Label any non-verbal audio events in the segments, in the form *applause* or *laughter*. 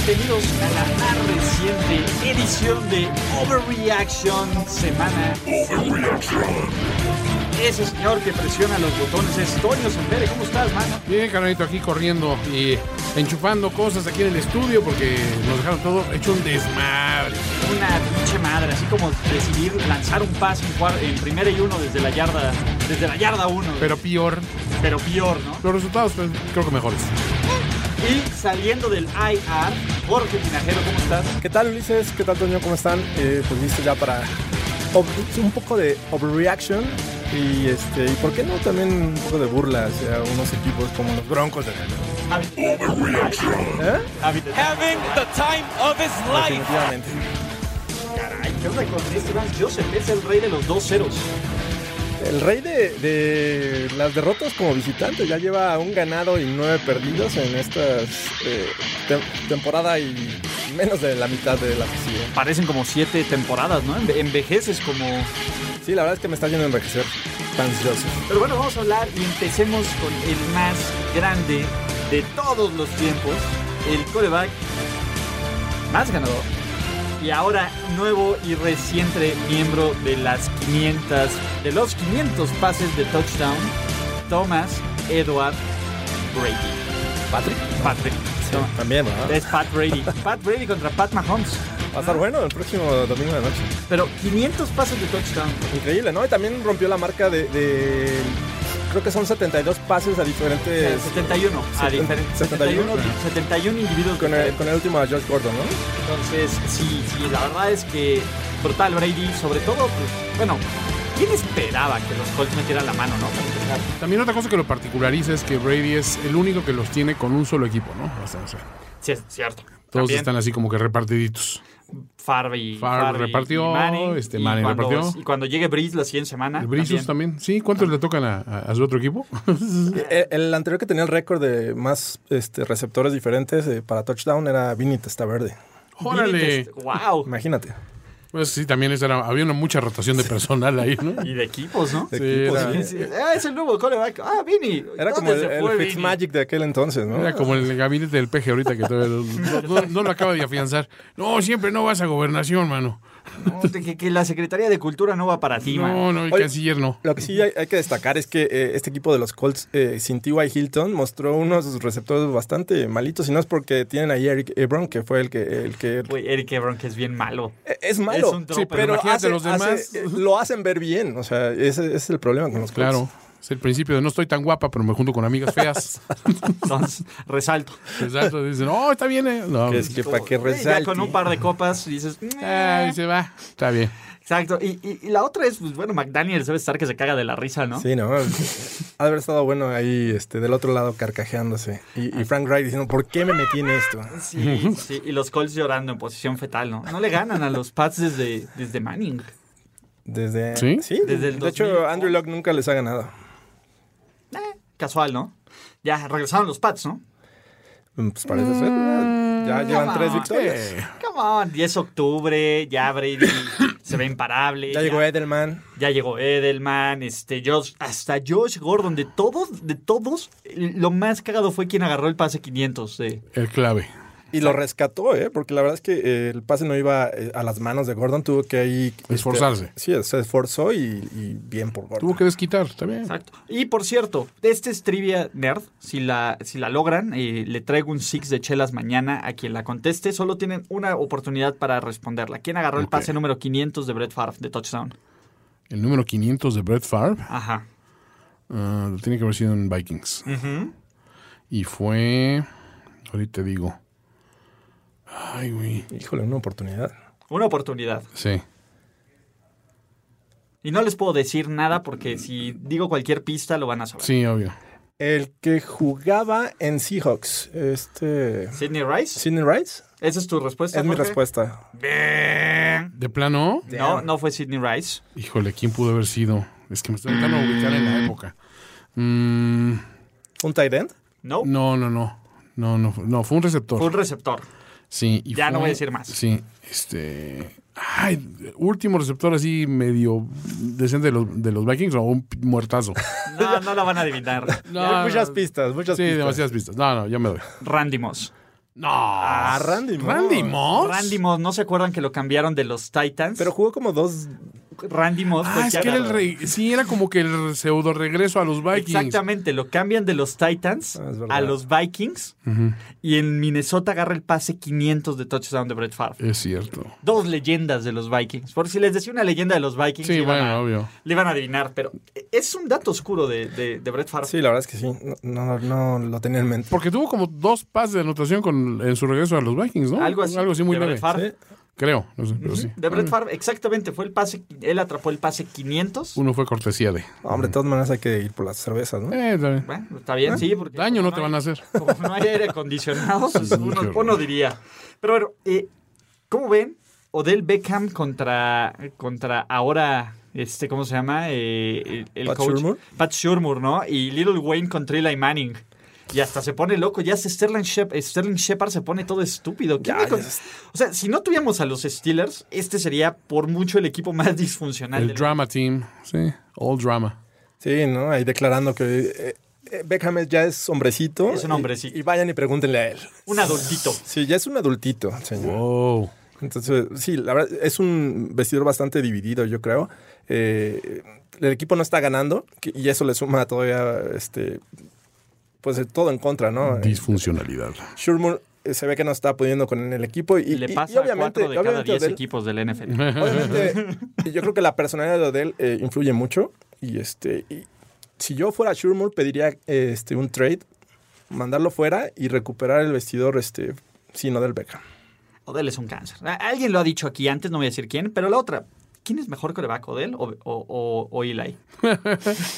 amigos, bienvenidos a la más reciente edición de Overreaction Semana. Ese señor que presiona los botones es Toño Sempere. ¿Cómo estás, mano? Bien, carnalito, aquí corriendo y enchufando cosas aquí en el estudio porque nos dejaron todo hecho un desmadre. Una pinche madre, así como decidir lanzar un pase en, cuar- en primera y uno desde la yarda, desde la yarda uno, Pero peor, pero peor, ¿no? los resultados pues, creo que mejores. Y saliendo del IR, Jorge Tinajero, ¿cómo estás? ¿Qué tal Ulises? ¿Qué tal Toño? ¿Cómo están? Eh, pues listo ya para ob- un poco de overreaction y este y por qué no también un poco de burla hacia unos equipos como los Broncos de Denver, ¿eh? Javi, having the time of his life. Definitivamente. Caray, ¿qué onda con este Vance Joseph? Es el rey de los dos ceros. El rey de, de las derrotas como visitante ya lleva un ganado y nueve perdidos en esta temporada y menos de la mitad de la season. Parecen como siete temporadas, ¿no? Enve- Envejeces como Sí, la verdad es que me está yendo a envejecer. Vance Joseph. Pero bueno, vamos a hablar y empecemos con el más grande de todos los tiempos, el coreback más ganador. Y ahora nuevo y reciente miembro de las 500, de los 500 pases de touchdown, Thomas Edward Brady. Patrick. Patrick. Thomas. También, ¿verdad? Es Pat Brady. Pat Brady contra Pat Mahomes. Va a estar bueno el próximo domingo de noche. Pero 500 pases de touchdown. Increíble, ¿no? Y también rompió la marca de, de- creo que son 72 pases a diferentes 71. A seten- Ah, diferente. 71, 71. 71 individuos con el, diferentes. con el último a Josh Gordon, ¿no? Entonces, sí, sí, la verdad es que brutal Brady, sobre todo, pues, bueno, ¿quién esperaba que los Colts metieran la mano, no? Para empezar. También otra cosa que lo particulariza es que Brady es el único que los tiene con un solo equipo, ¿no? O sea, o sea, Sí, es cierto. todos También están así como que repartiditos. Favre y Favre Favre y repartió, este, Manning cuando, repartió. Y cuando llegue Breeze la siguiente semana. El Brizos Ah, también. Ah. también. Sí, ¿cuántos le tocan a, a- a su otro equipo? *laughs* El, el anterior que tenía el récord de más este, receptores diferentes eh, para touchdown era Vinny Testaverde. ¡Órale! ¡Wow! Imagínate. Pues sí, también esa era- había una mucha rotación de personal ahí, *laughs* ¿no? Y de equipos, ¿no? De Sí, equipos, era- sí. Sí, sí. Ah, es el nuevo coreback. Ah, Vini. Era como el, el Fitz Magic de aquel entonces, ¿no? Era como el gabinete del peje ahorita que todavía no, no- no lo acaba de afianzar. No, siempre no vas a gobernación, mano. que, que la Secretaría de Cultura no va para ti, man. No, no, el Oye, canciller no. Lo que sí hay, hay que destacar es que eh, este equipo de los Colts eh, sin T.Y. Hilton mostró unos receptores bastante malitos y no es porque tienen ahí a Eric Ebron, que fue el que, el Pues que Güey, Eric Ebron, que es bien malo. Eh, Es malo. Es un tro- Sí, pero imagínate los demás. eh, lo hacen ver bien. O sea, ese, ese es el problema con los Claro. Colts. Es el principio de no estoy tan guapa, pero me junto con amigas feas. Entonces, *laughs* resalto. Exacto. Dicen, no, está bien. eh". No, Que es que para que Ya resalte. con un par de copas dices. "Ah, ay, ah, se va. Está bien. Exacto. Y, y- y la otra es, pues bueno, McDaniel debe estar que se caga de la risa, ¿no? Sí, ¿no? ha de haber estado bueno ahí este, del otro lado carcajeándose. Y, Ah. y Frank Wright diciendo, ¿por qué me metí en esto? Sí, sí. Y los Colts llorando en posición fetal, ¿no? No le ganan a los Pats desde, desde Manning. Desde... ¿Sí? Desde el de 2000. hecho, Andrew Locke nunca les ha ganado. Eh, Casual, ¿no? Ya regresaron los Pats, ¿no? Mm, Pues parece ser. Mm, Ya llevan tres victorias. Come on, 10 de octubre, ya Brady *coughs* se ve imparable. Ya llegó Edelman. ya llegó Edelman, este, Josh, hasta Josh Gordon, de todos, de todos, lo más cagado fue quien agarró el pase 500 de, El clave. Y lo rescató, ¿eh? Porque la verdad es que eh, el pase no iba eh, a las manos de Gordon. Tuvo que ahí... este, Esforzarse. sí, se esforzó y, y bien por Gordon. Tuvo que desquitar. Está bien. Exacto. Y por cierto, este es trivia nerd. Si la, si la logran, eh, le traigo un six de chelas mañana a quien la conteste. Solo tienen una oportunidad para responderla. ¿Quién agarró el Ok. pase número 500 de Brett Favre de touchdown? El número 500 de Brett Favre Ajá. ah, tiene que haber sido en Vikings. Y fue. Ahorita digo. Ay, güey. Híjole, una oportunidad. Una oportunidad. Sí. Y no les puedo decir nada porque si digo cualquier pista lo van a saber. Sí, obvio. El que jugaba en Seahawks, este... ¿Sidney Rice? Sidney Rice, ¿Esa es tu respuesta? es mi Jorge? respuesta. Bien. ¿De plano? No, no fue Sidney Rice. Híjole, ¿quién pudo haber sido? Es que me estoy tratando de ubicar en la época. Mm, ¿Un tight end? No, no, no, no. No, no, fue- no, fue un receptor. fue un receptor. Sí. y Ya no fue- voy a decir más. Sí, este... Ay, último receptor así medio decente de los, de los Vikings o un muertazo. No, no la van a adivinar. Eh, Hay muchas pistas, muchas Sí, pistas. demasiadas pistas. No, no, yo me doy. Randy Moss. No. Ah, Randy Moss. Randy Moss. Randy Moss, ¿no se acuerdan que lo cambiaron de los Titans? Pero jugó como dos... Randy Moss fue Ah, es quien- que era el re- sí, era como que el pseudo regreso a los Vikings. Exactamente, lo cambian de los Titans Ah, es verdad. a los Vikings y en Minnesota agarra el pase 500 de touchdown de Brett Favre. Es cierto. Dos leyendas de los Vikings. Por si les decía una leyenda de los Vikings, Sí, iban bueno, a- obvio. le iban a adivinar, pero es un dato oscuro de, de- de Brett Favre. Sí, la verdad es que sí. No, no, no lo tenía en mente. Porque tuvo como dos pases de anotación con, en su regreso a los Vikings, ¿no? Algo así. muy de leve. Brett Favre. Creo, no sé, pero sí. Mm. De Brett Favre, exactamente, fue el pase, él atrapó el pase 500. Uno fue cortesía de. Hombre, de todas maneras hay que ir por las cervezas, ¿no? Eh, está bien. Bueno, está bien, sí. Porque Daño no como te van a hacer. hay- Como no hay aire acondicionado, pues, uno, qué horror. uno diría. Pero bueno, eh, ¿cómo ven? Odell Beckham contra, contra ahora, este, ¿cómo se llama? Eh, el, el Pat coach. Shurmur. Pat Shurmur, ¿no? Y Little Wayne contra Eli Manning. Y hasta se pone loco, ya se Sterling, Shep- Sterling Shepard se pone todo estúpido. ¿Quién Ya, le con- ya es- O sea, si no tuviéramos a los Steelers, este sería por mucho el equipo más disfuncional. El del- drama team. Sí. All drama. Sí, ¿no? Ahí declarando que eh, eh, Beckham ya es hombrecito. Es un y- hombrecito. Y, vayan y pregúntenle a él. Un adultito. Sí, ya es un adultito, señor. Wow. Entonces, sí, la verdad, es un vestidor bastante dividido, yo creo. Eh, el equipo no está ganando que- y eso le suma todavía, este, pues eh, todo en contra, ¿no? Eh, Disfuncionalidad. Shurmur eh, se ve que no está pudiendo con el equipo y, le y- y pasa obviamente, a cuatro de cada obviamente diez Odell- equipos del NFL. *laughs* Obviamente, yo creo que la personalidad de Odell eh, influye mucho. Y este, y si yo fuera Shurmur, pediría eh, este, un trade, mandarlo fuera y recuperar el vestidor este, sin Odell Beckham. Odell es un cáncer. A- Alguien lo ha dicho aquí antes, no voy a decir quién, pero la otra. ¿Quién es mejor coreback, Odell o, o, o, o Eli?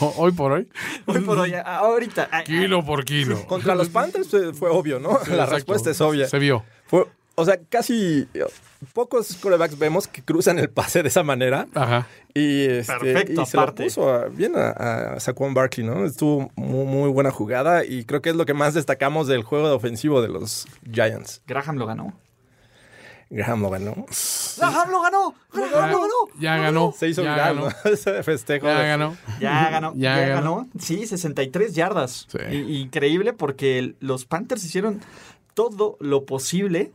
O- Hoy por hoy. *laughs* Hoy por hoy, a- ahorita. a- a- Kilo por kilo. *laughs* Contra los Panthers eh, fue obvio, ¿no? la Exacto. respuesta es obvia. Se vio. Fue- o sea, casi eh, pocos corebacks vemos que cruzan el pase de esa manera. Ajá. Y, este, Perfecto, y se lo aparte. puso a- bien a, a Saquon Barkley, ¿no? Estuvo muy, muy buena jugada y creo que es lo que más destacamos del juego de ofensivo de los Giants. Graham lo ganó. Graham lo ganó. ¡Graham lo ganó! ¡Graham lo ganó! Ya ganó. Se hizo ya viral, ganó. ¿no? *laughs* Ese festejo. Ya de- ganó. Ya ganó. Ya Ya, ganó. ganó. Sí, 63 yardas. Sí. I- increíble porque el- los Panthers hicieron todo lo posible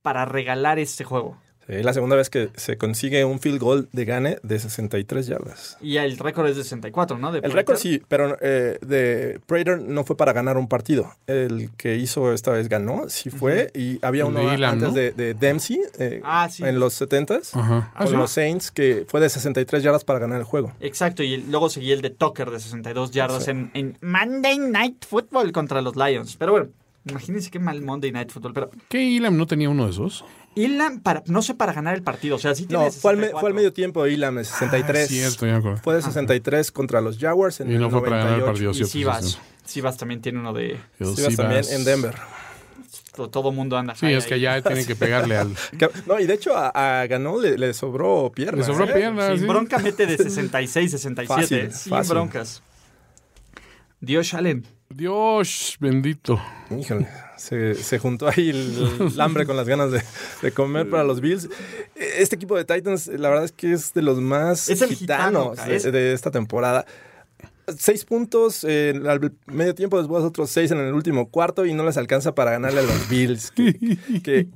para regalar este juego. Sí, la segunda vez que se consigue un field goal de gane de 63 yardas. Y el récord es de 64, ¿no? De El récord Panthers. sí, pero eh, de Prater no fue para ganar un partido. El que hizo esta vez ganó, sí fue. Y había El uno de Elam, antes ¿no? de, de Dempsey eh, Ah, sí. en los 70s. Ajá. Ah, con sí. los Saints, que fue de 63 yardas para ganar el juego. Exacto, y luego seguí el de Tucker de 62 yardas en, en Monday Night Football contra los Lions. Pero bueno, imagínense qué mal Monday Night Football. Pero ¿Qué Elam no tenía uno de esos? Ilan, para, no sé, para ganar el partido. O sea, sí tiene No, fue al, me- 64. fue al medio tiempo de Elam, de 63. Ah, cierto, ya me acordé. Fue de 63 contra los Jaguars en Y no el fue para ganar el 98. partido, Y cierto. Sivas. sí, Sivas también tiene uno de... sí. El Sí, vas también Sivas. en Denver. to- Todo mundo anda Sí, high es que ahí. allá tienen que pegarle *laughs* al. Que- no, y de hecho a, a Ganó le, le sobró pierna. Le sobró ¿eh? pierna. Sin sí. bronca mete *laughs* de 66, 67. Fácil, sin fácil. broncas. Dios Allen. Dios bendito. Híjole, se, se juntó ahí el, el hambre con las ganas de, de comer para los Bills. Este equipo de Titans, la verdad es que es de los más Es el gitano, gitanos ca- de, es- de esta temporada. Seis puntos eh, al medio tiempo, después otros seis en el último cuarto y no les alcanza para ganarle a los Bills. Que, *laughs* que-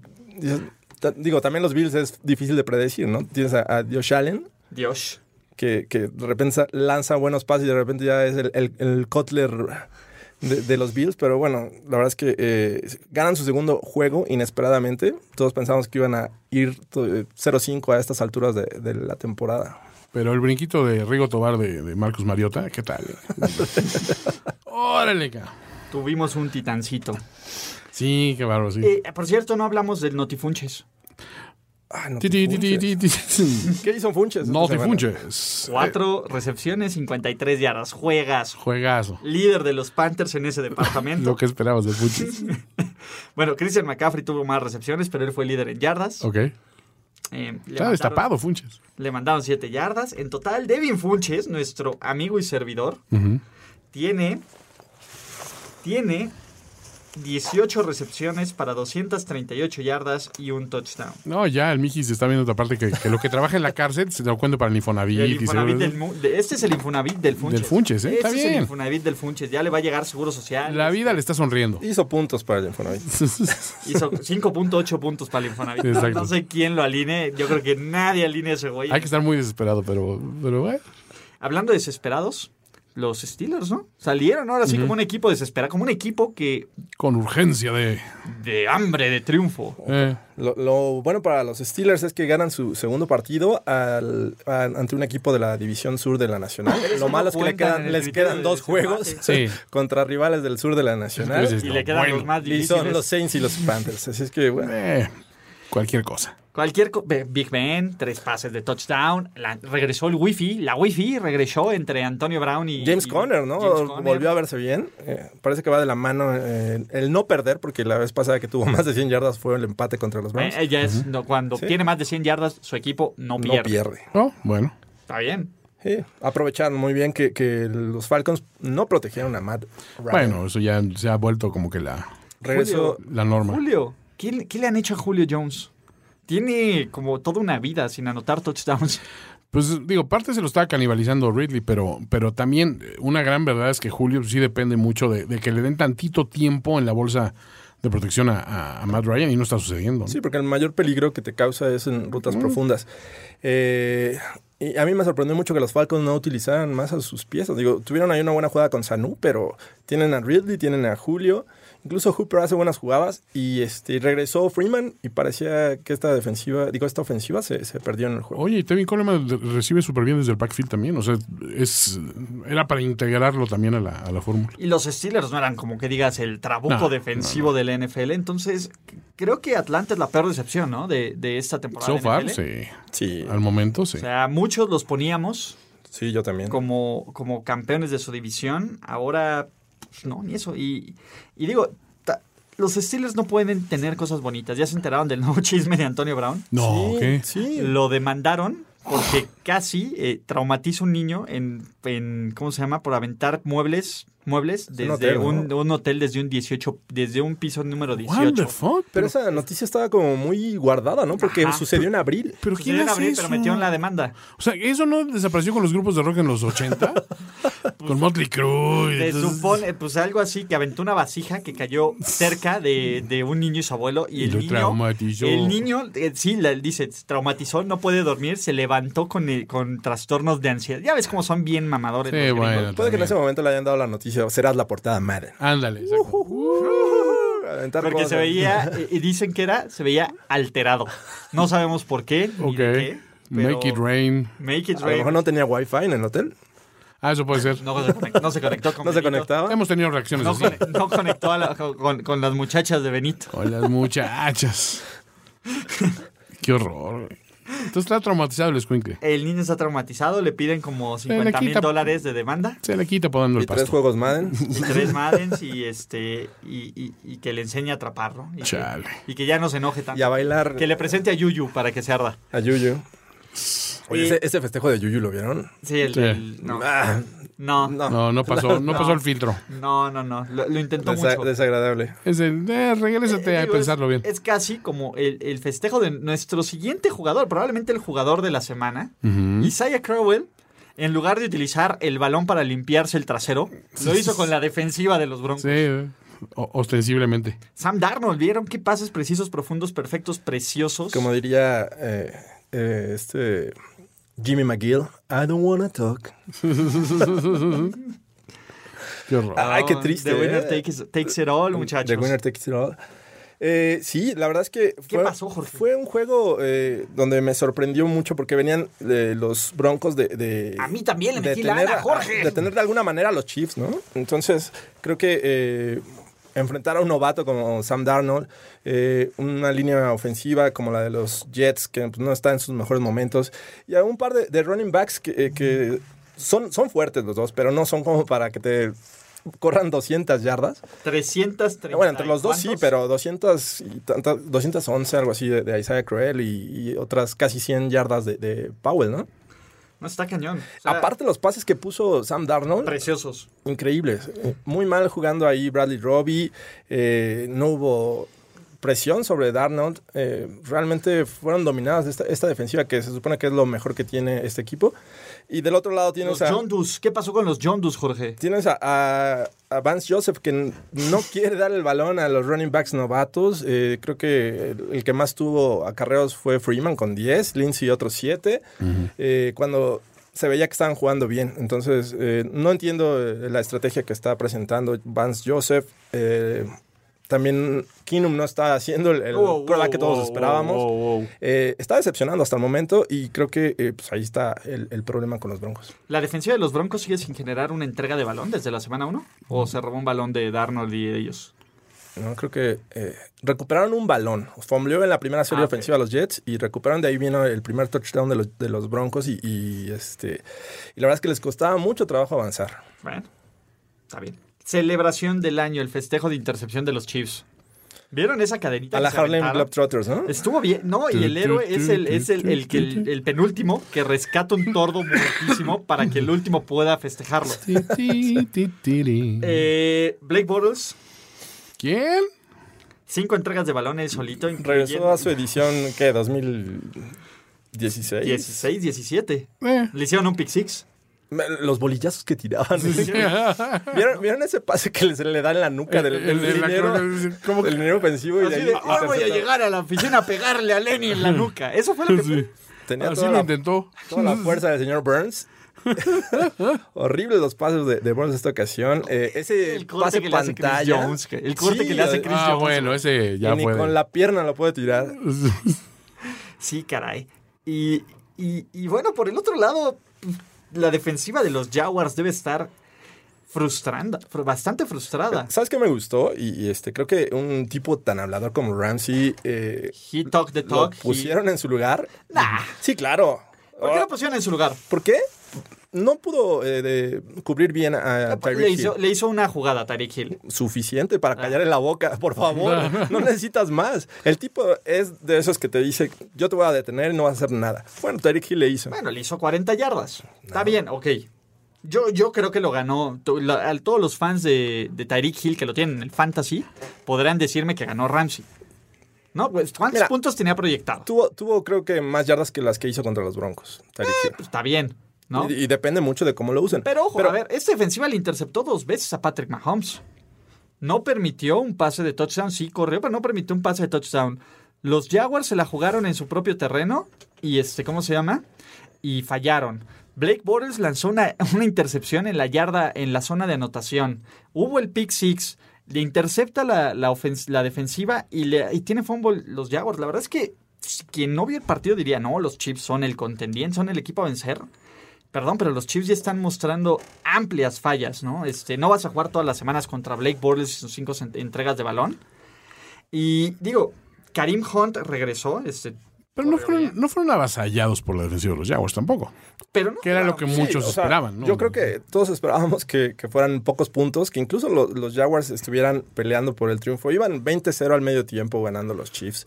ta- digo, también los Bills es difícil de predecir, ¿no? Tienes a, a Josh Allen, Dios. que, que de repente sa- lanza buenos pases y de repente ya es el, el, el Kotler de, de los Bills. Pero bueno, la verdad es que eh, ganan su segundo juego inesperadamente. Todos pensamos que iban a ir to- eh, 0-5 a estas alturas de, de la temporada. Pero el brinquito de Rigo Tobar de, de Marcos Mariota, ¿qué *laughs* tal? Órale, ca. Tuvimos un titancito. Sí, qué bárbaro, sí. Eh, por cierto, no hablamos del Notifunches. Ah, no. Ti, ti, ti, ti, ti, ti. ¿Qué hizo Funches? esta No te semana? funches. Cuatro recepciones, 53 yardas. Juegas. Juegazo. Líder de los Panthers en ese departamento. *laughs* Lo que esperabas *laughs* de funches. bueno, Christian McCaffrey tuvo más recepciones, pero él fue líder en yardas. Ok. Eh, le Está mandaron- destapado funches. Le mandaron 7 yardas. En total, Devin Funches, nuestro amigo y servidor, Ujú. tiene, tiene 18 recepciones para 238 yardas y un touchdown. No, ya el Miji se está viendo otra parte que, que lo que trabaja en la cárcel se lo cuento para el Infonavit. El y Infonavit seguro- del mu- de- este es el Infonavit del Funches. Del Funches, ¿eh? Este Está es el bien. Infonavit del Funches. Ya le va a llegar Seguro Social. Este La vida le está sonriendo. Hizo puntos para el Infonavit. Hizo 5.8 puntos para el Infonavit. Exacto. No sé quién lo alinee. Yo creo que nadie alinea a ese güey. *laughs* Hay que estar muy desesperado, pero, pero eh, bueno. Hablando de desesperados, los Steelers, ¿no? Salieron ahora sí como un equipo desesperado, como un equipo que Con urgencia de. de hambre, de triunfo. eh, Lo, lo bueno para los Steelers es que ganan su segundo partido al- a- ante un equipo de la División Sur de la Nacional. eso Lo no malo es que le cuentan en quedan, el les criterio quedan de dos desempate. juegos Sí. *laughs* contra rivales del Sur de la Entonces, Nacional. Y no, le quedan bueno. los más Y son Ah, difíciles. los Saints y los Panthers. Así es que, bueno, eh, cualquier cosa. Cualquier co- Be- Big Ben, tres pases de touchdown. la- regresó el wifi. La wifi regresó entre Antonio Brown y. James y- Conner, ¿no? James Conner. Volvió a verse bien. Eh, parece que va de la mano eh, el no perder, porque la vez pasada que tuvo *laughs* más de 100 yardas fue el empate contra los Browns. Eh, ella es, no, cuando Sí. tiene más de 100 yardas, su equipo no pierde. no pierde. Oh, bueno. Está bien. Sí, aprovecharon muy bien que, que los Falcons no protegieron a Matt Ryan. Bueno, eso ya se ha vuelto como que la, regresó. la norma. Julio, ¿qué, le- qué le han hecho a Julio Jones? Tiene como toda una vida sin anotar touchdowns. Pues digo, parte se lo está canibalizando Ridley, pero, pero también eh, una gran verdad es que Julio sí depende mucho de, de que le den tantito tiempo en la bolsa de protección a, a- a Matt Ryan y no está sucediendo. ¿no? Sí, porque el mayor peligro que te causa es en rutas profundas. Eh, y a mí me sorprendió mucho que los Falcons no utilizaran más a sus piezas. Digo, tuvieron ahí una buena jugada con Sanu, pero tienen a Ridley, tienen a Julio. Incluso Hooper hace buenas jugadas y este, regresó Freeman y parecía que esta defensiva, digo, esta ofensiva se, se perdió en el juego. Oye, y Tevin Coleman de- recibe súper bien desde el backfield también. O sea, es era para integrarlo también a la, a la fórmula. Y los Steelers no eran como que digas el trabuco No, defensivo del NFL. Entonces, c- creo que Atlanta es la peor decepción, ¿no? De, de esta temporada. So de far, NFL. sí. Sí, Al momento, sí. O sea, muchos los poníamos sí, yo también. como, como campeones de su división. Ahora, pues, no, ni eso. Y, y digo, ta- los Steelers no pueden tener cosas bonitas. Ya se enteraron del nuevo *laughs* chisme de Antonio Brown. no, sí, ¿qué? sí. Lo demandaron porque casi eh, traumatiza un niño en, en, ¿cómo se llama? Por aventar muebles muebles desde un hotel, hotel, ¿no? un, hotel desde un 18, desde un piso número Pues What the 18. fuck? Pero esa noticia estaba como muy guardada, ¿no? Porque Ajá. sucedió en abril. ¿Pero Sucedió quién en hace abril, eso? pero metió en la demanda. O sea, ¿eso no desapareció con los grupos de rock en *laughs* los 80? Pues con Motley Crue. y Se entonces- supone, pues algo así, que aventó una vasija que cayó cerca de, de un niño y su abuelo. Y, Y el lo niño, traumatizó. El niño, eh, sí, la- dice, traumatizó, no puede dormir, se levantó con, el- con trastornos de ansiedad. Ya ves cómo son bien mamadores. Sí, los gringos. bueno. Puede que en también. ese momento le hayan dado la noticia, serás la portada madre. Uh, Ándale, exacto. Aventar Porque se *laughs* cosas. veía, eh, y y dicen que era, se veía alterado. No sabemos por qué. ni Ok. de qué, pero- Make it rain. Make it A lo mejor rain. no tenía wifi en el hotel. Ah, eso puede ser. No se conectó, no se conectó con No se Benito. conectaba. Hemos tenido *laughs* reacciones No, así. cone- no conectó a la- con, con las muchachas de Benito. Con *laughs* las muchachas. Qué horror. güey. Entonces está traumatizado el escuincle. El niño está traumatizado, le piden como 50 mil quita- dólares de demanda. Se le quita podando Y el tres pasto. *laughs* juegos Madden. Y *laughs* tres Maddens y este y, y- y que le enseñe a atrapar, ¿no? Y, Chale. Que, y que ya no se enoje tanto. Y a bailar Que le presente a Yuyu para que se arda. a Yuyu. Oye, Y- ese, ese festejo de Yuyu lo vieron. Sí, el, Sí. el- no, Ah, no, no, no. No, no pasó, no pasó el filtro. no, no, Lo, lo intentó Desa- mucho. desagradable. Es el, eh, regrésate a Digo, pensarlo es- bien. Es casi como el, el festejo de nuestro siguiente jugador, probablemente el jugador de la semana, Isaiah Crowell. En lugar de utilizar el balón para limpiarse el trasero, lo hizo con la defensiva de los Broncos. Sí, eh, o- ostensiblemente. Sam Darnold, ¿vieron qué pases precisos, profundos, perfectos, preciosos? Como diría eh, eh, este Jimmy McGill, I don't wanna talk. *laughs* Qué horror. Ay, qué triste. The Oh, winner eh. takes, takes it all, muchachos. The winner takes it all. Eh, sí, la verdad es que fue, pasó, Jorge? fue un juego eh, donde me sorprendió mucho porque venían de los broncos de, de- A mí también le de metí lana, tener a- Jorge. de tener de alguna manera a los Chiefs, ¿no? Entonces, creo que eh, enfrentar a un novato como Sam Darnold, eh, una línea ofensiva como la de los Jets, que pues, no está en sus mejores momentos, y a un par de, de running backs que, eh, que son, son fuertes los dos, pero no son como para que te corran 200 yardas. 330. Bueno, entre los dos sí, ¿cuántos? pero 200 y tantas, 211, algo así, de, de Isaiah Crowell y, y otras casi 100 yardas de, de Powell, ¿no? No, está cañón. O sea, Aparte los pases que puso Sam Darnold, Preciosos. increíbles. Muy mal jugando ahí Bradley Roby. eh, no hubo presión sobre Darnold. eh, realmente fueron dominadas esta, esta defensiva que se supone que es lo mejor que tiene este equipo. Y del otro lado tienes Los a, Yondus. ¿Qué pasó con los Yondus, Jorge? tienes a, a- a Vance Joseph que n- no *laughs* quiere dar el balón a los running backs novatos. Eh, creo que el, el que más tuvo acarreos fue Freeman con 10, Lindsay otros 7. eh, cuando se veía que estaban jugando bien. Entonces, eh, no entiendo eh, la estrategia que está presentando Vance Joseph. Eh, también Kinum no está haciendo el, el Wow, quarterback wow, que todos wow, esperábamos. wow, wow. Eh, está decepcionando hasta el momento y creo que eh, pues ahí está el, el problema con los Broncos. ¿La defensiva de los Broncos sigue sin generar una entrega de balón desde la semana 1? ¿O se robó un balón de Darnold y ellos? No, creo que eh, recuperaron un balón. Fombleó en la primera serie Ah, ok. ofensiva a los Jets y recuperaron de ahí vino el primer touchdown de los, de los Broncos y, y, este y la verdad es que les costaba mucho trabajo avanzar. Bueno, está bien. Celebración del año, el festejo de intercepción de los Chiefs. ¿Vieron esa cadenita? A que la se Harlem aventaron? Globetrotters, ¿no? Estuvo bien, no, y el héroe es el, es el, el que- el- el penúltimo que rescata un tordo muertísimo para que el último pueda festejarlo. Ti, ti, ti, tiri. Eh, Blake Bortles, ¿Quién? cinco entregas de balón él solito. Regresó incluyendo a su edición, ¿qué? ¿2016? 16, 17. Eh. Le hicieron un pick six. Me- Los bolillazos que tiraban. El- *laughs* ¿Vieron, vieron ese pase que se le da en la nuca del, el- del el- liniero? el- ¿cómo que- Del liniero ofensivo y de Así ahí de, "Hoy voy a intercepta. llegar a la oficina a pegarle a Lenny en la nuca. Eso fue lo que... Sí. Tenía *laughs* Así toda lo la- intentó. Toda la fuerza del señor Burns. *laughs* Horrible los pasos de, de Burns esta ocasión. Eh, ese El corte pase que le hace Chris pantalla. Jones, que- el corte que le hace Chris Ah, Jones. bueno, ese ya y ni fue. con la pierna lo puede tirar. Sí, caray. Y, y- y bueno, por el otro lado, la defensiva de los Jaguars debe estar frustrada, fr- bastante frustrada. ¿Sabes qué me gustó? Y, y, este, creo que un tipo tan hablador como Ramsey eh, He talked the lo talk. he- pusieron en su lugar. Nah. Sí, claro. ¿Por qué lo pusieron en su lugar? ¿Por qué? No pudo eh, de- cubrir bien a Le Tyreek hizo, Hill. le hizo una jugada a Tyreek Hill. Suficiente Ah. para callar en la boca, *laughs* por favor. No necesitas más. El tipo es de esos que te dice, yo te voy a detener y no vas a hacer nada. Bueno, Tyreek Hill le hizo. Bueno, le hizo 40 yardas. Está bien, ok. Yo, yo creo que lo ganó. To- la- a todos los fans de, de Tyreek Hill que lo tienen en el fantasy podrán decirme que ganó Ramsey. ¿No? Pues, ¿Cuántos Mira, puntos tenía proyectado? Tuvo, tuvo creo que más yardas que las que hizo contra los Broncos. Tyreek Hill. Pues, está bien, ¿no? y, y depende mucho de cómo lo usen. Pero ojo, a ver, esta defensiva le interceptó dos veces a Patrick Mahomes. No permitió un pase de touchdown, sí corrió, pero no permitió un pase de touchdown. Los Jaguars se la jugaron en su propio terreno y este, ¿cómo se llama? Y fallaron. Blake Bortles lanzó una, *laughs* una intercepción en la yarda, en la zona de anotación. Hubo el pick six, le intercepta la, la, ofens- la defensiva y, le, y tiene fumble los Jaguars. La verdad es que pues, quien no vio el partido diría, no, los Chips son el contendiente, son el equipo a vencer. Perdón, pero los Chiefs ya están mostrando amplias fallas, ¿no? Este, no vas a jugar todas las semanas contra Blake Bortles y sus cinco cent- entregas de balón. Y digo, Karim Hunt regresó, este, Pero no fueron, no fueron avasallados por la defensiva de los Jaguars tampoco. pero no. Que era lo que Sí, muchos o sea, esperaban, ¿no? Yo creo que todos esperábamos que, que fueran pocos puntos, que incluso lo- los Jaguars estuvieran peleando por el triunfo. Iban 20-0 al medio tiempo ganando los Chiefs.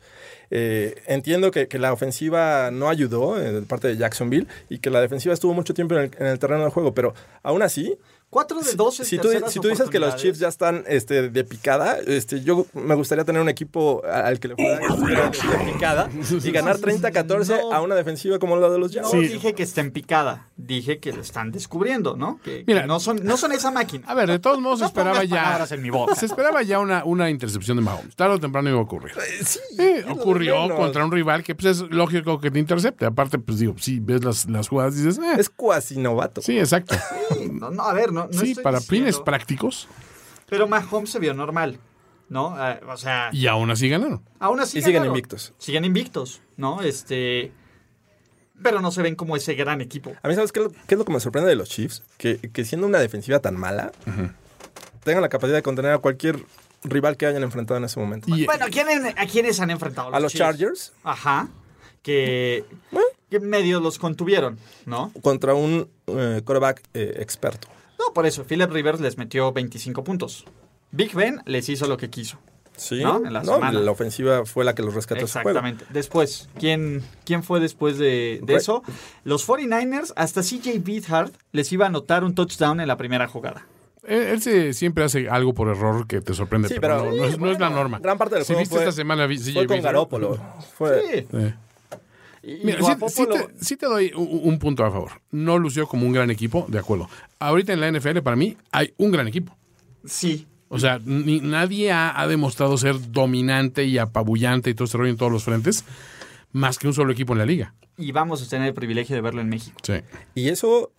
Eh, entiendo que, que la ofensiva no ayudó eh, de parte de Jacksonville y que la defensiva estuvo mucho tiempo en el, en el terreno de juego, pero aún así, 4 de 12 si tú, terceras si tú dices que los oportunidades. Chiefs ya están este, de picada, este, yo me gustaría tener un equipo a- al que le pueda de picada *laughs* y ganar 30-14 No. a una defensiva como la de los No Jaguars. dije que está en picada, dije que lo están descubriendo, ¿no? Que, que Mira. no, son, no son esa máquina. A ver, de todos modos se No esperaba pongas ya. palabras en mi boca. Se esperaba ya una, una intercepción de Mahomes. Tarde o temprano iba a ocurrir. Sí, Eh, es lo de ocurrió menos. contra un rival que pues, es lógico que te intercepte. Aparte, pues digo, si ves las, las jugadas y dices, eh, Es cuasi novato. sí, *laughs* exacto. Sí, no, no, a ver, no, no sí, estoy para diciendo- fines prácticos Pero Mahomes se vio normal, ¿no? Eh, o sea, y aún así ganaron. Aún así. Y siguen ganaron. invictos. Siguen invictos, ¿no? Este. Pero no se ven como ese gran equipo. A mí, ¿sabes qué, es lo- qué es lo que me sorprende de los Chiefs? Que, que siendo una defensiva tan mala, tengan la capacidad de contener a cualquier rival que hayan enfrentado en ese momento. Y- Bueno, ¿a, quién- a quiénes han enfrentado? a los Chiefs? Chargers Ajá. Que, que medio los contuvieron, ¿no? contra un coreback experto. No, por eso. Philip Rivers les metió 25 puntos. Big Ben les hizo lo que quiso. Sí, ¿No? ¿no? En la La, semana. ofensiva fue la que los rescató. ese juego. Exactamente. Después, ¿quién, ¿quién fue después de, de Re- eso? Los 49ers, hasta CJ Beathard les iba a anotar un touchdown en la primera jugada. Él, él se- siempre hace algo por error que te sorprende, Sí, pero, pero- no, no es, no es la norma. gran parte del si juego viste fue- esta semana, vi- sí, Fue yo con vi- Garópolo. *laughs* Fue, Sí. Eh. Y Mira, sí, Guapopolo- sí te, sí te doy u- u- un, punto a favor. No lució como un gran equipo, de acuerdo. Ahorita en la NFL, para mí, hay un gran equipo. sí, O sea, ni- nadie ha, ha demostrado ser dominante y apabullante y todo este rollo en todos los frentes, más que un solo equipo en la liga. y vamos a tener el privilegio de verlo en México. Sí. y eso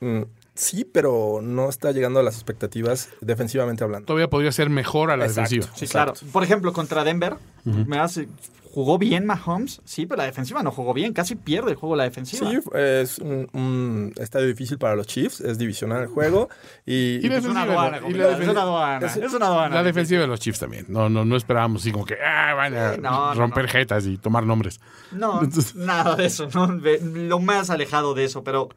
mm, sí, pero no está llegando a las expectativas defensivamente hablando. Todavía podría ser mejor a la Exacto. defensiva. Sí, Exacto. claro. Por ejemplo, contra Denver, me hace- jugó bien Mahomes, sí, pero la defensiva no jugó bien, casi pierde el juego la defensiva. Sí, es un, un estadio difícil para los Chiefs, es divisional el juego. Y, Y la es una defensiva, aduana, ¿no? Y la compadre, es defen- una aduana, es- es una aduana. La defensiva de los Chiefs también. No, no, no esperábamos así como que ah, van a Sí, no, no, romper no. jetas y tomar nombres. No, Entonces- nada de eso, ¿no? Ve- lo más alejado de eso, pero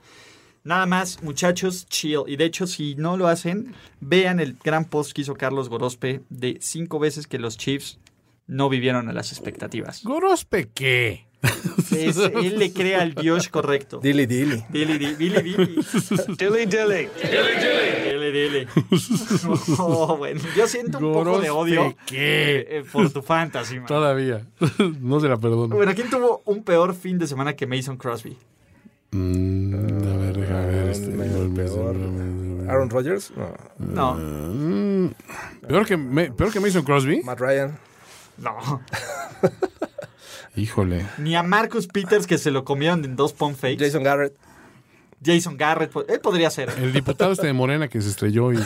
nada más, muchachos, chill. Y de hecho, si no lo hacen, vean el gran post que hizo Carlos Gorospe de cinco veces que los Chiefs no vivieron a las *laughs* expectativas. Gorospe, ¿qué? Es- él le crea al Dios correcto. Dili, dili. Dili, dili, dili, dili. Dilly dilly. Dili, dili. Oh, bueno, yo siento un poco de odio ¿qué? eh, por tu fantasy, man. Todavía. *laughs* no se la perdono. Bueno, ¿quién tuvo un peor fin de semana que Mason Crosby? Mm, a ver, déjame ver. Este, peor. Aaron Rodgers, No, no, Mm, peor, que, me- peor que Mason Crosby. Matt Ryan. no. Híjole. Ni a Marcus Peters que se lo comieron en dos pump fakes. Jason, Jason Garrett. Garrett, pues, él podría ser. El diputado este de Morena que se estrelló y.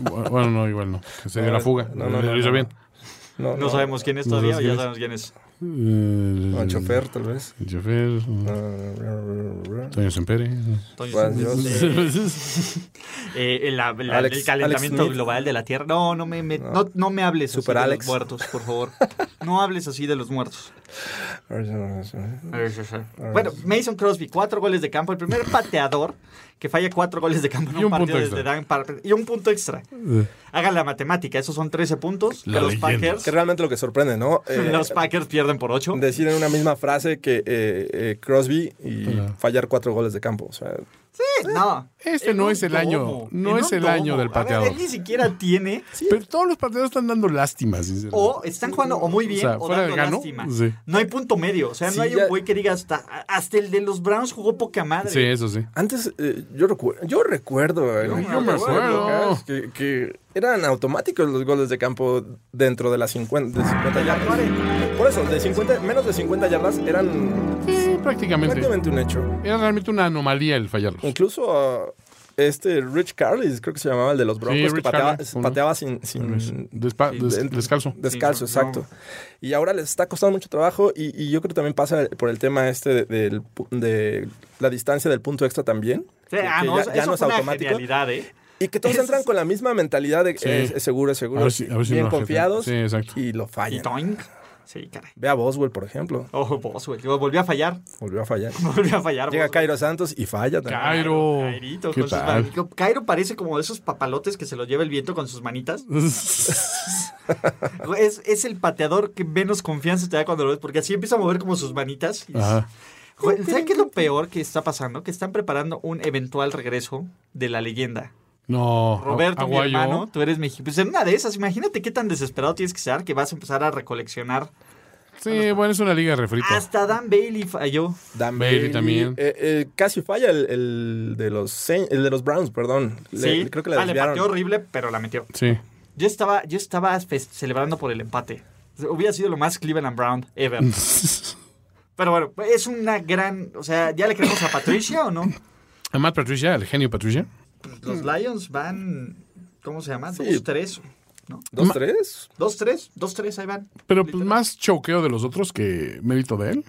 Bueno, no, igual no. Que se dio la fuga. No, no, Lo no, hizo no. bien. No, No sabemos quién es No todavía, sabes ya quién sabemos quién es. No, El chofer, tal vez. El chofer. mm, Toño eh. Sempere. Entonces, Juan Dios. eh, *laughs* eh, el, la- la- Pues, Alex- el calentamiento Alex Smith. global de la Tierra. No, no me, me- no, no me hables Super así Alex. de los muertos, por favor. No hables así de los muertos. Bueno, Mason Crosby, cuatro goles de campo. El primer pateador que falla cuatro goles de campo en Y un, un partido punto desde extra. Dan Parker. Y un punto extra. Hagan la matemática, esos son 13 puntos. La que los leyenda. Packers, Que realmente lo que sorprende, ¿no? Eh, *laughs* los Packers pierden por ocho. decir en una misma frase que eh, eh, Crosby y Claro. fallar cuatro goles de campo. O sea, No. Este En no un es el año, domo, no en es un el año del A ver, pateador. él ni siquiera tiene. Pero todos los partidos están dando lástima, sinceramente. O están jugando o muy bien o, O sea, fuera de dando gano, lástima. sí. No hay punto medio. O sea, Sí, no hay ya- un güey que diga hasta, hasta el de los Browns jugó poca madre. Sí, eso sí. antes eh, yo, recu- yo recuerdo en me algunas acuerdo. épocas que, que eran automáticos los goles de campo dentro de las 50, de 50 La yardas. cuarenta. Por eso, de 50, menos de 50 yardas eran Sí, prácticamente. prácticamente un hecho. Era realmente una anomalía el fallarlos. Incluso ah, este Rich Carlis, creo que se llamaba el de los Broncos, que Rich pateaba, Carlis, uno. pateaba sin, sin- Despa- Sí, des- de- descalzo. Descalzo, Sí, no, exacto. Y ahora les está costando mucho trabajo y, y yo creo que también pasa por el tema este de, del pu- de la distancia del punto extra también. Sí, que- ah, que no, eso fue una genialidad, ¿eh? Y que todos Eso entran es- con la misma mentalidad de es, es seguro, es seguro, A ver si- a ver si bien no lo confiados ajetan. Sí, exacto. y lo Y fallan. toink. Sí, caray. Ve a Boswell, por ejemplo, Oh, Boswell. Yo volví a fallar. *laughs* volvió a fallar. Volví a fallar. Llega Boswell. Cairo Santos y falla Ah, también. Cairo. Cairito ¿Qué con sus tal? manico- Cairo parece como esos papalotes que se los lleva el viento con sus *laughs* manitas. Es, es el pateador que menos confianza te da cuando lo ves, porque así empieza a mover como sus manitas. y- Ajá. Joder, ¿Sabes qué es lo peor que está pasando? Que están preparando un eventual regreso de la leyenda. No. Roberto, mi Aguayo. hermano, tú eres mexicano. Pues en una de esas, imagínate qué tan desesperado tienes que estar que vas a empezar a recoleccionar. Sí, bueno, es una liga refrita. Hasta Dan Bailey falló. Dan Bailey también. eh, eh, casi falla el, el de los Saints- el de los Browns, perdón. Le- sí, creo que la Ah, le desviaron. pateó horrible, pero la metió. Sí. *laughs* Yo estaba, yo estaba fe- celebrando por el empate. Hubiera sido lo más Cleveland Brown ever. Pero bueno, es una gran. O sea, ¿ya le creemos a Patricia o no? A Matt Patricia, el genio Patricia. Los Lions van. ¿Cómo se llama? Sí. 2-3. ¿No? Dos, tres. 2-3. 2-3, ahí van. Pero pues Literal. más choqueo de los otros que mérito de él.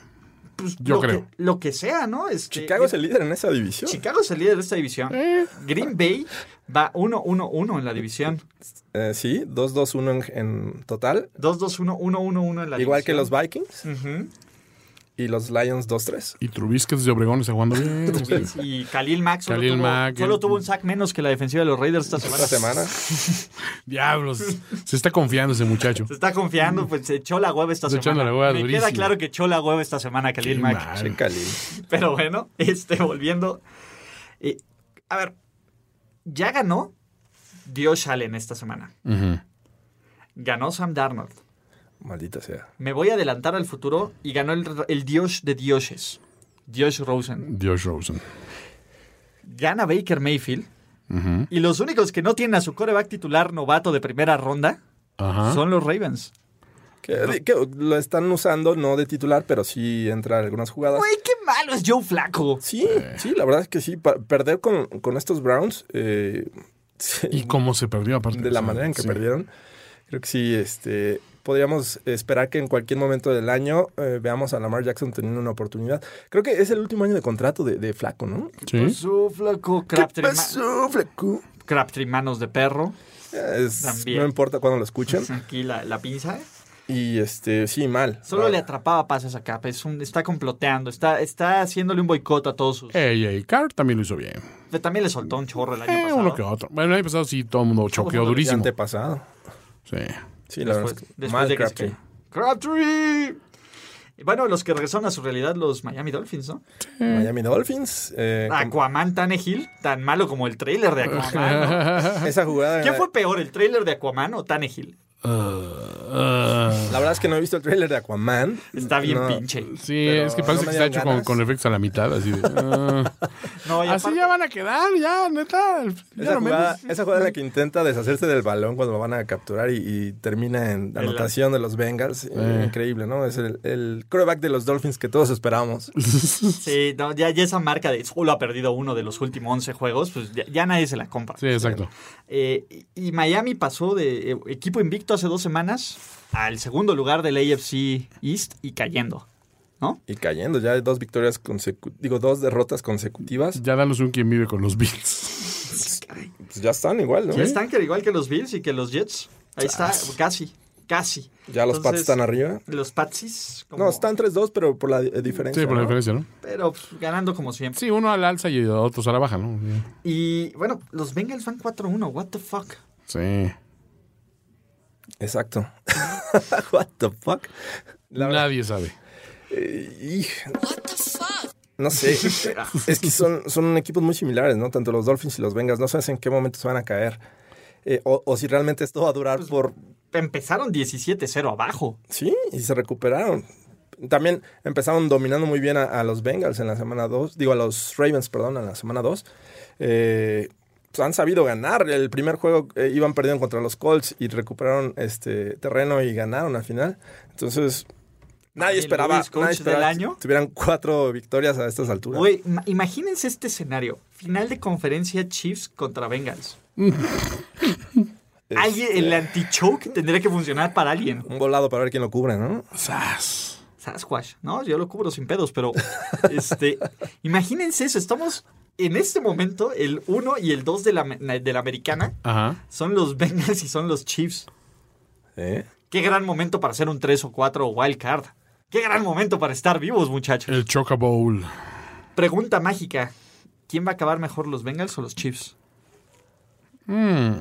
pues, Yo lo creo. Que, lo que sea, ¿no? Este, Chicago es el líder en esa división. Chicago es el líder de esta división. Green Bay va 1-1-1 en la división. Eh, sí, 2-2-1 en, en total. 2-2-1-1-1-1 en la división. Igual que los Vikings Ujú. y los Lions 2-3. Y Trubisky de Obregón está jugando bien. Y Khalil Mack solo, Khalil tuvo, Mack, solo el- tuvo un sack menos que la defensiva de los Raiders esta semana. Esta semana. Diablos. Se está confiando ese muchacho. Se está confiando, pues se echó la hueva esta Se echó semana. la hueva Me durísimo. queda claro que echó la hueva esta semana Khalil Qué Mack. mal. Che, Khalil. Pero bueno, este, volviendo. eh, a ver, ya ganó Dios Allen esta semana. Ujú. Ganó Sam Darnold. Maldita sea. Me voy a adelantar al futuro y ganó el, el Dios de Dioses, Dios Rosen. Josh Rosen. Gana Baker Mayfield. Y los únicos que no tienen a su coreback titular novato de primera ronda Ajá. son los Ravens. Que, que lo están usando, no de titular, pero sí entra en algunas jugadas. Güey, qué malo es Joe Flaco. Sí, sí, la verdad es que sí. Pa- perder con, con estos Browns, eh, *laughs* sí, Y cómo se perdió aparte. de O la sea, manera en que sí. perdieron, creo que sí, este, podríamos esperar que en cualquier momento del año eh, veamos a Lamar Jackson teniendo una oportunidad. Creo que es el último año de contrato de, de Flaco, ¿no? Sí. Su Flaco, Crabtree, ma- Flaco? Crabtree manos de perro. Eh, Es- También. no importa cuándo lo escuchen. Aquí la, la pinza. ¿eh? Y este, sí, mal. Solo le Ah, atrapaba pases acá. Es un- está comploteando. Está, está haciéndole un boicot a todos sus. AJ Carr también lo hizo bien. También le soltó un chorro el año Eh, pasado. uno que otro. Bueno, el año pasado sí todo el mundo choqueó mundo y durísimo. antepasado. Sí. Sí, la Después, verdad. es que después mal de que se Crabtree. cayó. ¡Crabtree! Y Bueno, los que regresaron a su realidad, los Miami Dolphins, ¿no? Mm. Miami Dolphins. eh, Ah, con- Aquaman Tannehill, tan malo como el trailer de Aquaman. ¿no? *laughs* *laughs* esa jugada. ¿Qué fue peor, el trailer de Aquaman o Tannehill? Ah, La verdad es que no he visto el tráiler de Aquaman. Está bien No. pinche. sí, Pero es que parece que está no me dieron hecho con, ganas. con efectos a la mitad. Así de, *laughs* ah. No, y así aparte- ya van a quedar, ya, neta. Ya Esa lo jugada, menos. esa jugada es la que intenta deshacerse del balón cuando lo van a capturar y, y termina en la En la- anotación de los Bengals. eh, Increíble, ¿no? Es el, el quarterback de los Dolphins que *laughs* todos esperamos. Sí, no, ya, ya esa marca de solo ha perdido uno de los últimos 11 juegos, pues ya, ya nadie se la compra. Sí, exacto. Eh, y y Miami pasó de eh, equipo invicto hace dos semanas al segundo lugar del AFC East y cayendo, ¿no? Y cayendo, ya hay dos victorias consecutivas, digo, dos derrotas consecutivas. Ya danos un quien vive con los Bills. Pues ya están igual, ¿no? Ya están que al igual que los Bills y que los Jets. Ahí está, casi, casi. Ya los Pats Entonces, están arriba. Los Patsis. como- No, están 3-2, pero por la eh, diferencia. Sí, por la ¿no? diferencia, ¿no? Pero pues, ganando como siempre. Sí, uno al alza y otros a la baja, ¿no? Y bueno, los Bengals van 4-1. What the fuck. Sí. Exacto. *laughs* What the fuck? La verdad, Nadie sabe. Hij- No sé, es que son, son equipos muy similares, ¿no? Tanto los Dolphins y los Bengals, no sabes en qué momento se van a caer. Eh, o, o si realmente esto va a durar por... Empezaron 17-0 abajo. Sí, y se recuperaron. También empezaron dominando muy bien a, a los Bengals en la semana 2, digo a los Ravens, perdón, en la semana 2. han sabido ganar. El primer juego eh, iban perdiendo contra los Colts y recuperaron este terreno y ganaron al final. Entonces, nadie Marvin esperaba, Lewis, coach nadie esperaba del que año. tuvieran cuatro victorias a estas alturas. Güey, ma- imagínense este escenario. Final de conferencia Chiefs contra *laughs* Bengals. Alguien, el anti-choke tendría que funcionar para alguien. un volado para ver quién lo cubre, ¿no? Sas. Sasquatch, ¿no? Yo lo cubro sin pedos, pero este, imagínense eso. Estamos en este momento, el 1 y el 2 de la, de la americana Ajá. son los Bengals y son los Chiefs. ¿Eh? Qué gran momento para hacer un 3 o 4 wild card. Qué gran momento para estar vivos, muchachos. El Choca Bowl. Pregunta mágica. ¿Quién va a acabar mejor, los Bengals o los Chiefs? Hmm.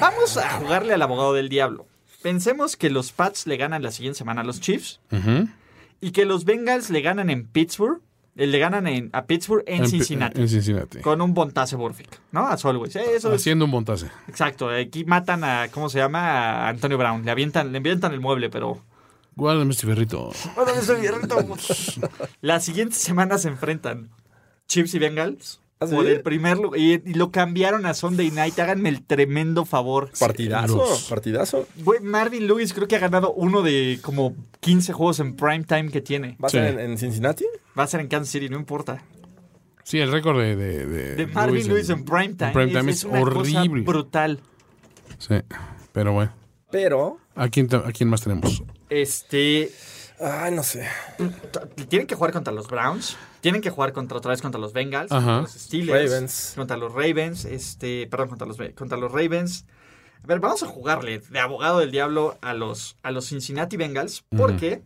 Vamos a jugarle al abogado del diablo. Pensemos que los Pats le ganan la siguiente semana a los Chiefs Ujú. y que los Bengals le ganan en Pittsburgh, eh, le ganan en, a Pittsburgh en, En Pi- Cincinnati. En Cincinnati. Con un Bontase Burfict, ¿no? A Solways. Eh, Eso es, Haciendo un montaje. exacto. Aquí matan a, ¿cómo se llama? A Antonio Brown. Le avientan, le avientan el mueble, pero... Guárdame este ferrito. La siguiente semana se enfrentan Chips y Bengals ¿Ah, sí? por el primer lugar. Y, y lo cambiaron a Sunday Night. Háganme el tremendo favor. Partidazo, Los- partidazo. Güey, Marvin Lewis creo que ha ganado uno de como 15 juegos en prime time que tiene. ¿Va a Sí. ser en, en Cincinnati? Va a ser en Kansas City, no importa. Sí, el récord de. De, de De Marvin Lewis en prime time. prime time es, es una cosa horrible. brutal. Sí. Pero bueno. Pero ¿A quién, te- a quién más tenemos? Este. Ay, no sé. T- Tienen que jugar contra los Browns. Tienen que jugar contra otra vez contra los Bengals, Ajá. contra los Steelers, Ravens. contra los Ravens, este, perdón, contra los contra los Ravens. A ver, vamos a jugarle de abogado del diablo a los a los Cincinnati Bengals porque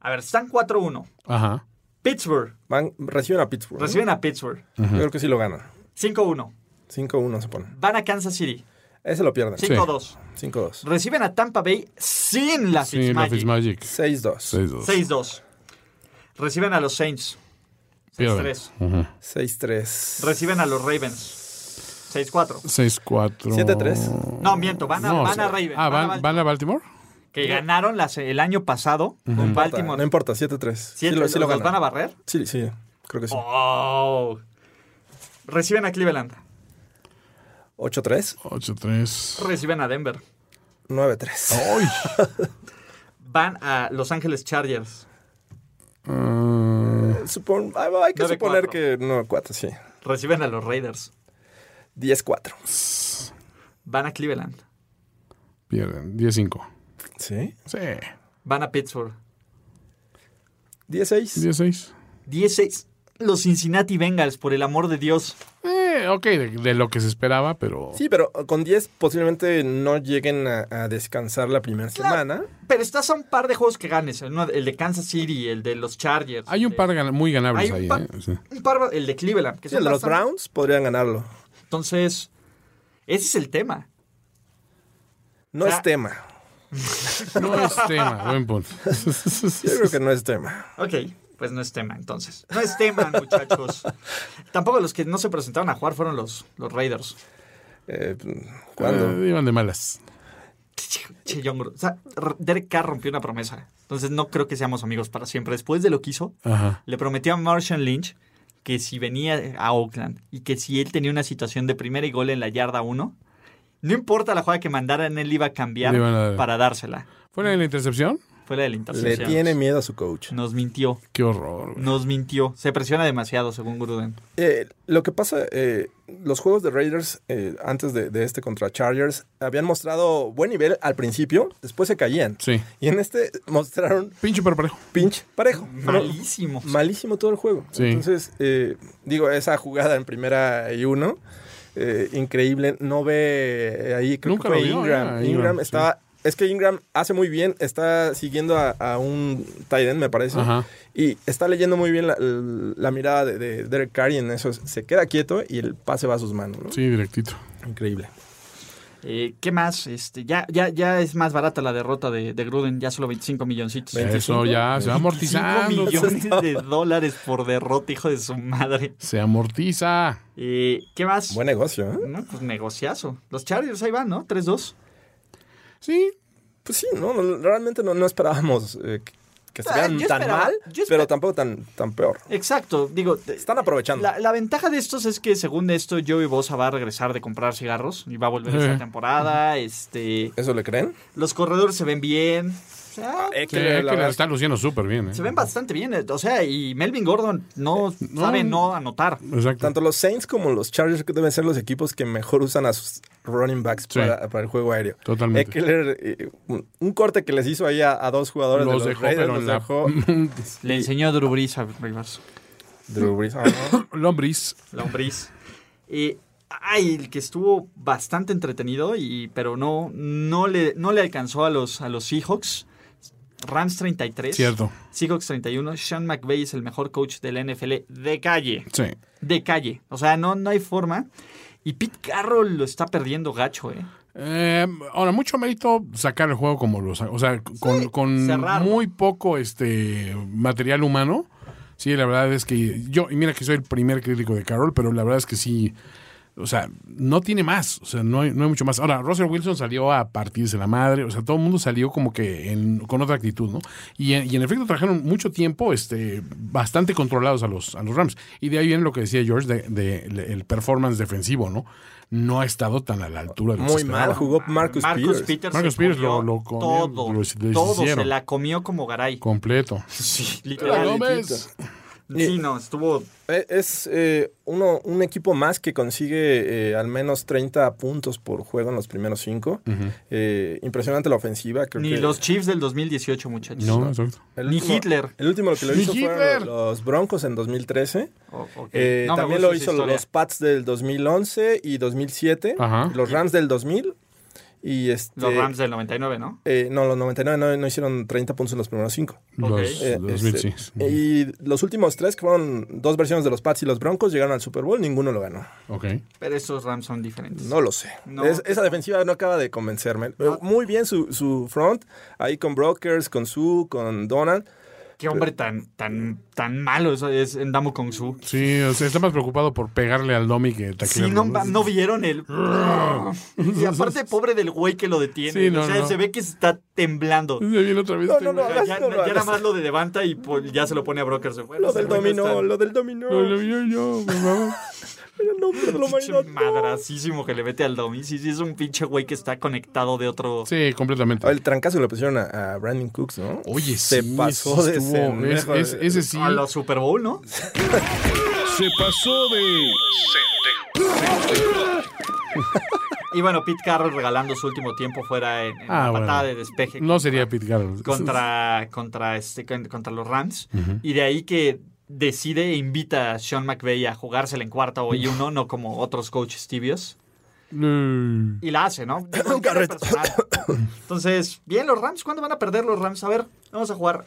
a ver, están 4-1. Ajá. Pittsburgh Van, reciben a Pittsburgh. ¿no? reciben a Pittsburgh. Yo creo que sí lo ganan. 5-1. 5-1 se pone. Van a Kansas City. Ese lo pierden. 5-2. 5-2. Reciben a Tampa Bay sin la Sí, la Fitzmagic. Fitzmagic. 6-2. 6-2. 6-2. Reciben a los Saints. Pierden. 6-3. Ujú. 6-3. Reciben a los Ravens. 6-4. 6-4. 7-3. No, miento, van a, No, van a sí. Ravens. Ah, van a van, Bal- van a Baltimore. que ganaron las- el año pasado con No Baltimore. importa, 7-3. Sí, Siete, lo, sí lo ¿los ganan. van a barrer? Sí, sí. Creo que sí. Oh. Reciben a Cleveland. 8-3. 8-3. Reciben a Denver. 9-3. Oh. ¡Ay! Van a Los Ángeles Chargers. Mm, Supon- ah, hay que Nueve, suponer cuatro. que. No, 4, sí. Reciben a los Raiders. 10-4. Van a Cleveland. pierden. 10-5. Sí. Sí. Van a Pittsburgh. 16. 10-6. 16. Los Cincinnati Bengals, por el amor de Dios. Eh, ok, de, de lo que se esperaba, pero. Sí, pero con 10 posiblemente no lleguen a, a descansar la primera semana. Pero estás a un par de juegos que ganes. El, uno- el de Kansas City, el de los Chargers. Hay el un de- par gana- muy ganables Hay ahí, un par- *laughs* ¿eh? Sí. un par- el de Cleveland. Que Sí, son el de los bastante- Browns podrían ganarlo. Entonces, ese es el tema. No O sea- es tema. No es tema, buen punto. Yo creo que no es tema. Ok, pues no es tema entonces. No es tema, muchachos. Tampoco los que no se presentaron a jugar fueron los, los Raiders. Eh, ¿Cuándo? Eh, iban de malas. Che, John Gruden. O sea, R- Derek Carr rompió una promesa. Entonces no creo que seamos amigos para siempre. Después de lo que hizo, Ajá. le prometió a Martian Lynch que si venía a Oakland y que si él tenía una situación de primera y gol en la yarda 1, no importa la jugada que mandaran, él iba a cambiar Le iban a dar. para dársela. ¿Fue la de la intercepción? Fue la de la Le intercepción. tiene miedo a su coach. Nos mintió, Qué horror. güey. Pues. nos mintió. Se presiona demasiado, según Gruden. Eh, lo que pasa, eh, los juegos de Raiders eh, antes de, de este contra Chargers habían mostrado buen nivel al principio, después se caían. Sí. Y en este mostraron Pinche pero parejo. pinch parejo. Malísimo. Malísimo todo el juego. Sí. Entonces, eh, digo, esa jugada en primera y uno, eh, increíble. No ve eh, ahí, creo Nunca que fue lo vio, Ingram. ya, Ingram. Ingram, estaba. Es que Ingram hace muy bien, está siguiendo a, a un tight end, me parece. Ajá. Y está leyendo muy bien la, la mirada de, de Derek Carr y en eso se queda quieto y el pase va a sus manos. ¿no? Sí, directito. Increíble. Eh, ¿Qué más? Este, ya, ya, ya es más barata la derrota de, de Gruden, ya solo 25 milloncitos. Ve- 25, Eso ya se va 25 amortizando. millones de dólares por derrota, hijo de su madre. Se amortiza. Eh, ¿Qué más? Buen negocio, ¿eh? No, pues negociazo. Los Chargers ahí van, ¿no? 3-2. Sí. Pues sí, no, no, realmente no, no esperábamos eh, que, que estuvieran yo tan esperaba- mal, yo esper- pero tampoco tan, tan peor. Exacto, digo. te- Están aprovechando. La, la ventaja de estos es que, según esto, Joey Bosa va a regresar de comprar cigarros y va a volver esta Eh. temporada. Este, ¿Eso le creen? los corredores se ven bien. O sea, Eh, Sí, la que verdad- la están luciendo súper bien. ¿eh? se ven bastante bien. eh, O sea, y Melvin Gordon no, no. sabe no anotar. Exacto. Tanto los Saints como los Chargers que deben ser los equipos que mejor usan a sus running backs Sí. para, para el juego aéreo. Totalmente. Eckler, eh, un, un corte que les hizo ahí a, a dos jugadores Los de los dejó, Raiders, pero los en la- dejó. *laughs* Le enseñó a Drew Brees a Rivers. Drew Brees, ah, no. Lombriz. Lombriz. Y, Eh, ay, el que estuvo bastante entretenido, y, pero no, no, le, no le alcanzó a los, a los Seahawks. Rams 33. Cierto. Seahawks 31. Sean McVay es el mejor coach de la NFL de calle. Sí. De calle. O sea, no, no hay forma. Y Pete Carroll lo está perdiendo gacho, ¿eh? Eh, ahora, mucho mérito sacar el juego como lo sa- O sea, con, con cerrarlo. muy poco este material humano. Sí, la verdad es que yo, y mira que soy el primer crítico de Carol, pero la verdad es que sí. O sea, no tiene más. O sea, no hay, no hay mucho más. Ahora, Russell Wilson salió a partirse la madre. O sea, todo el mundo salió como que en- con otra actitud, ¿no? Y, en- y en efecto trajeron mucho tiempo este, bastante controlados a los, a los Rams. Y de ahí viene lo que decía George de, de- le- el performance defensivo, ¿no? No ha estado tan a la altura de lo que Muy se mal esperaba. jugó Marcus, Pues Peters. Peters, Marcus se Peters lo- comió lo comió, todo, lo- les todo se hicieron. la comió como garay. Completo. Sí, Pero literal. Gómez. Sí, no, estuvo Eh, Es eh, uno, un equipo más que consigue eh, al menos 30 puntos por juego en los primeros cinco. Eh, impresionante la ofensiva. Creo ni que los Chiefs del 2018, muchachos. No, exacto. el ni último- Hitler. El último que lo Ni hizo Hitler. fueron los Broncos en 2013. O- Oh, ok. Eh, No me también gusta lo esa hizo historia. los Pats del 2011 y 2007. Ajá. Los Rams del 2000. Y este, Los Rams del 99, ¿no? eh, no, los 99 no, no hicieron 30 puntos en los primeros cinco. Los Ok. Eh, este, 2006. Y los últimos tres, que fueron dos versiones de los Pats y los Broncos, llegaron al Super Bowl, ninguno lo ganó. Ok. Pero esos Rams son diferentes. No lo sé. No. Ah. Es- esa defensiva no acaba de convencerme. Pero Muy bien su, su front, ahí con Brokers, con Sue, con Donald. Qué hombre tan, tan, tan malo es, es Endamo Kong Su. Sí, o sea, está más preocupado por pegarle al Domi que Sí, taclearlo. no, no vieron *laughs* el. Y aparte, pobre del güey que lo detiene. Sí, no, o sea, no. se ve que está temblando. Se viene otra vez. No, este no, no, güey. Ya, ya, No lo ya nada hagas. más lo de levanta y pues, ya se lo pone a Broker. Se fue. Lo del dominó, lo del dominó. Lo- lo vio yo, por favor. No, pero lo Pinche marinó. madrasísimo que le mete al domi. Sí, sí, es un pinche güey que está conectado de otro. Sí, completamente. Ah, El trancazo que le pusieron a, a Brandon Cooks, ¿no? Oye, se sí, pasó sí de estuvo. Es- ese. es- ese sí. A la Super Bowl, ¿no? Se pasó de... Y bueno, Pete Carroll regalando su último tiempo fuera en, en Ah, la bueno. patada de despeje No pues, sería Pete Carroll. contra, contra, este, con- contra los Rams. Y de ahí que decide e invita a Sean McVay a jugársela en cuarta o y uno, no como otros coaches tibios. Mm. Y la hace, ¿no? Digo, Un carrete. personal. Entonces, bien, los Rams, ¿cuándo van a perder los Rams? A ver, vamos a jugar.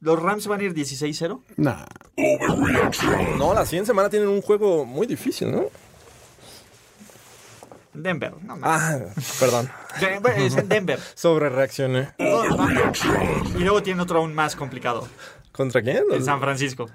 Los Rams van a ir 16-0. Nah. No, la siguiente semana tienen un juego muy difícil, ¿no? Denver, no mames. Ah, perdón. Denver, es en Denver. Sobre reaccioné. Y luego tiene otro aún más complicado, ¿Contra quién? Oh, en San Francisco.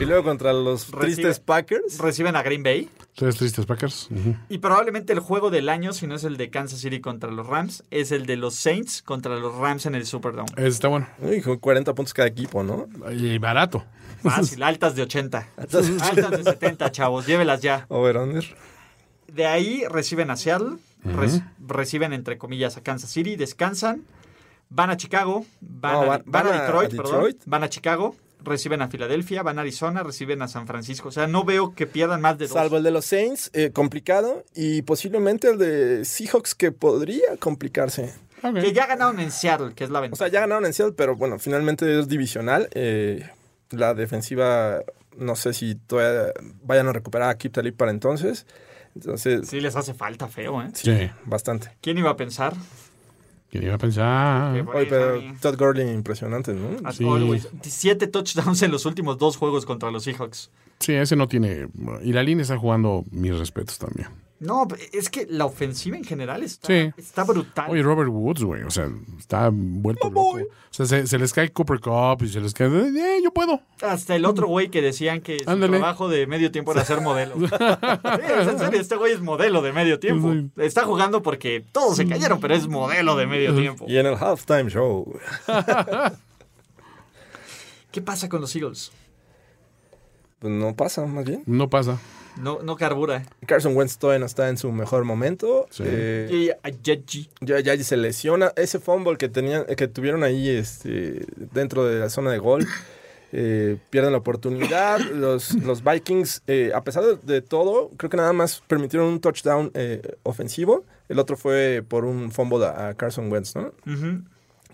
Y luego contra los Recibe. tristes Packers. Reciben a Green Bay. Tres tristes Packers. Ujú. Y probablemente el juego del año, si no es el de Kansas City contra los Rams, es el de los Saints contra los Rams en el Superdome. *laughs* Ese Está bueno. Hijo, 40 puntos cada equipo, ¿no? Y barato. Fácil, altas de 80. *laughs* Altas de 70, chavos, llévelas ya. Over under. De ahí reciben a Seattle, reci- reciben entre comillas a Kansas City, descansan, van a Chicago, van, No, a, van- van a van a Detroit, perdón, Detroit. van a Chicago, reciben a Filadelfia, van a Arizona, reciben a San Francisco. O sea, no veo que pierdan más de dos. Salvo el de los Saints, eh, complicado. Y posiblemente el de Seahawks, que podría complicarse. Ok. Que ya ganaron en Seattle, que es la O ventaja. sea, ya ganaron en Seattle, pero bueno, finalmente es divisional. Eh, la defensiva, no sé si todavía vayan a recuperar a Kip Talib para entonces. Entonces, Sí les hace falta feo, ¿eh? Sí. bastante. ¿Quién iba a pensar? ¿Quién iba a pensar? Que por Oye, ahí pero Sammy, Todd Gurley, impresionante, ¿no? as sí. always. Siete touchdowns en los últimos dos juegos contra los Seahawks. Sí, ese no tiene. Y la línea está jugando mis respetos también. No, es que la ofensiva en general está, Sí. está brutal. Oye, Robert Woods, güey. O sea, está vuelto loco. O sea, se, se les cae Cooper Cup y se les cae. ¡Eh, yo puedo! Hasta el otro güey que decían que su Ándale. trabajo de medio tiempo era ser modelo. *laughs* Sí, es en serio, este güey es modelo de medio tiempo. Sí. Está jugando porque todos se cayeron, pero es modelo de medio tiempo. Y en el halftime show. ¿Qué pasa con los Eagles? Pues no pasa, más bien. No pasa. No, no carbura. Carson Wentz todavía no está en su mejor momento. Sí. Eh, Y a Judge, Ya, ya se lesiona. Ese fumble que, tenían, que tuvieron ahí este, dentro de la zona de gol, eh, pierden *coughs* la oportunidad. Los, los Vikings, eh, a pesar de, de todo, creo que nada más permitieron un touchdown eh, ofensivo. El otro fue por un fumble a, a Carson Wentz, ¿no? Ujú.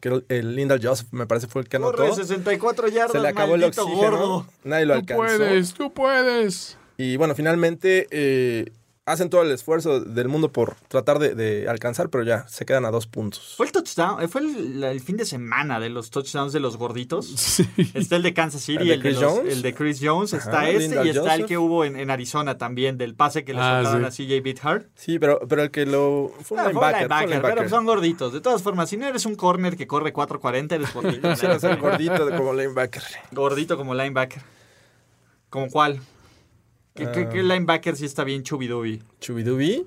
Que el, el Linda Joseph, me parece, fue el que anotó. Corre 64 yardas, Se le acabó el maldito oxígeno. gordo. Nadie lo Tú alcanzó. puedes, tú puedes. Y bueno, finalmente eh, hacen todo el esfuerzo del mundo por tratar de, de alcanzar, pero ya se quedan a dos puntos. Fue el touchdown, eh, fue el, la- el fin de semana de los touchdowns de los *laughs* gorditos. Sí. Está el de Kansas City, ¿El el, de de, Chris los- Jones? el de Chris Jones, está Ajá, este Linda y está el Joseph. que hubo en, en Arizona también, del pase que le Ah, soltaron sí. a CJ Beathard. Sí, pero, pero el que lo. Fue un Ah, fue un linebacker. Fue un linebacker, linebacker. pero son gorditos. De todas formas, si no eres un corner que corre 4.40, eres gordito. *laughs* Sí, era ser gordito de- como linebacker. gordito como linebacker. ¿Como cuál? ¿Qué, qué- Ah. qué linebacker sí está bien chubidubi? Chubidubi.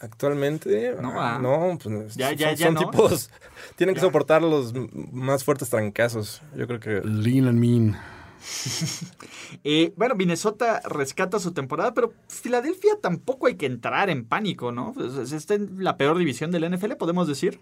Actualmente. No, ah, ah. no, pues. Ya, son- ya, son, ya no. tipos. Tienen que soportar los m- más fuertes trancazos. Yo creo que. Lean and mean. Eh, bueno, Minnesota rescata su temporada, pero Filadelfia tampoco hay que entrar en pánico, ¿no? Pues, es- está en la peor división del NFL, podemos decir.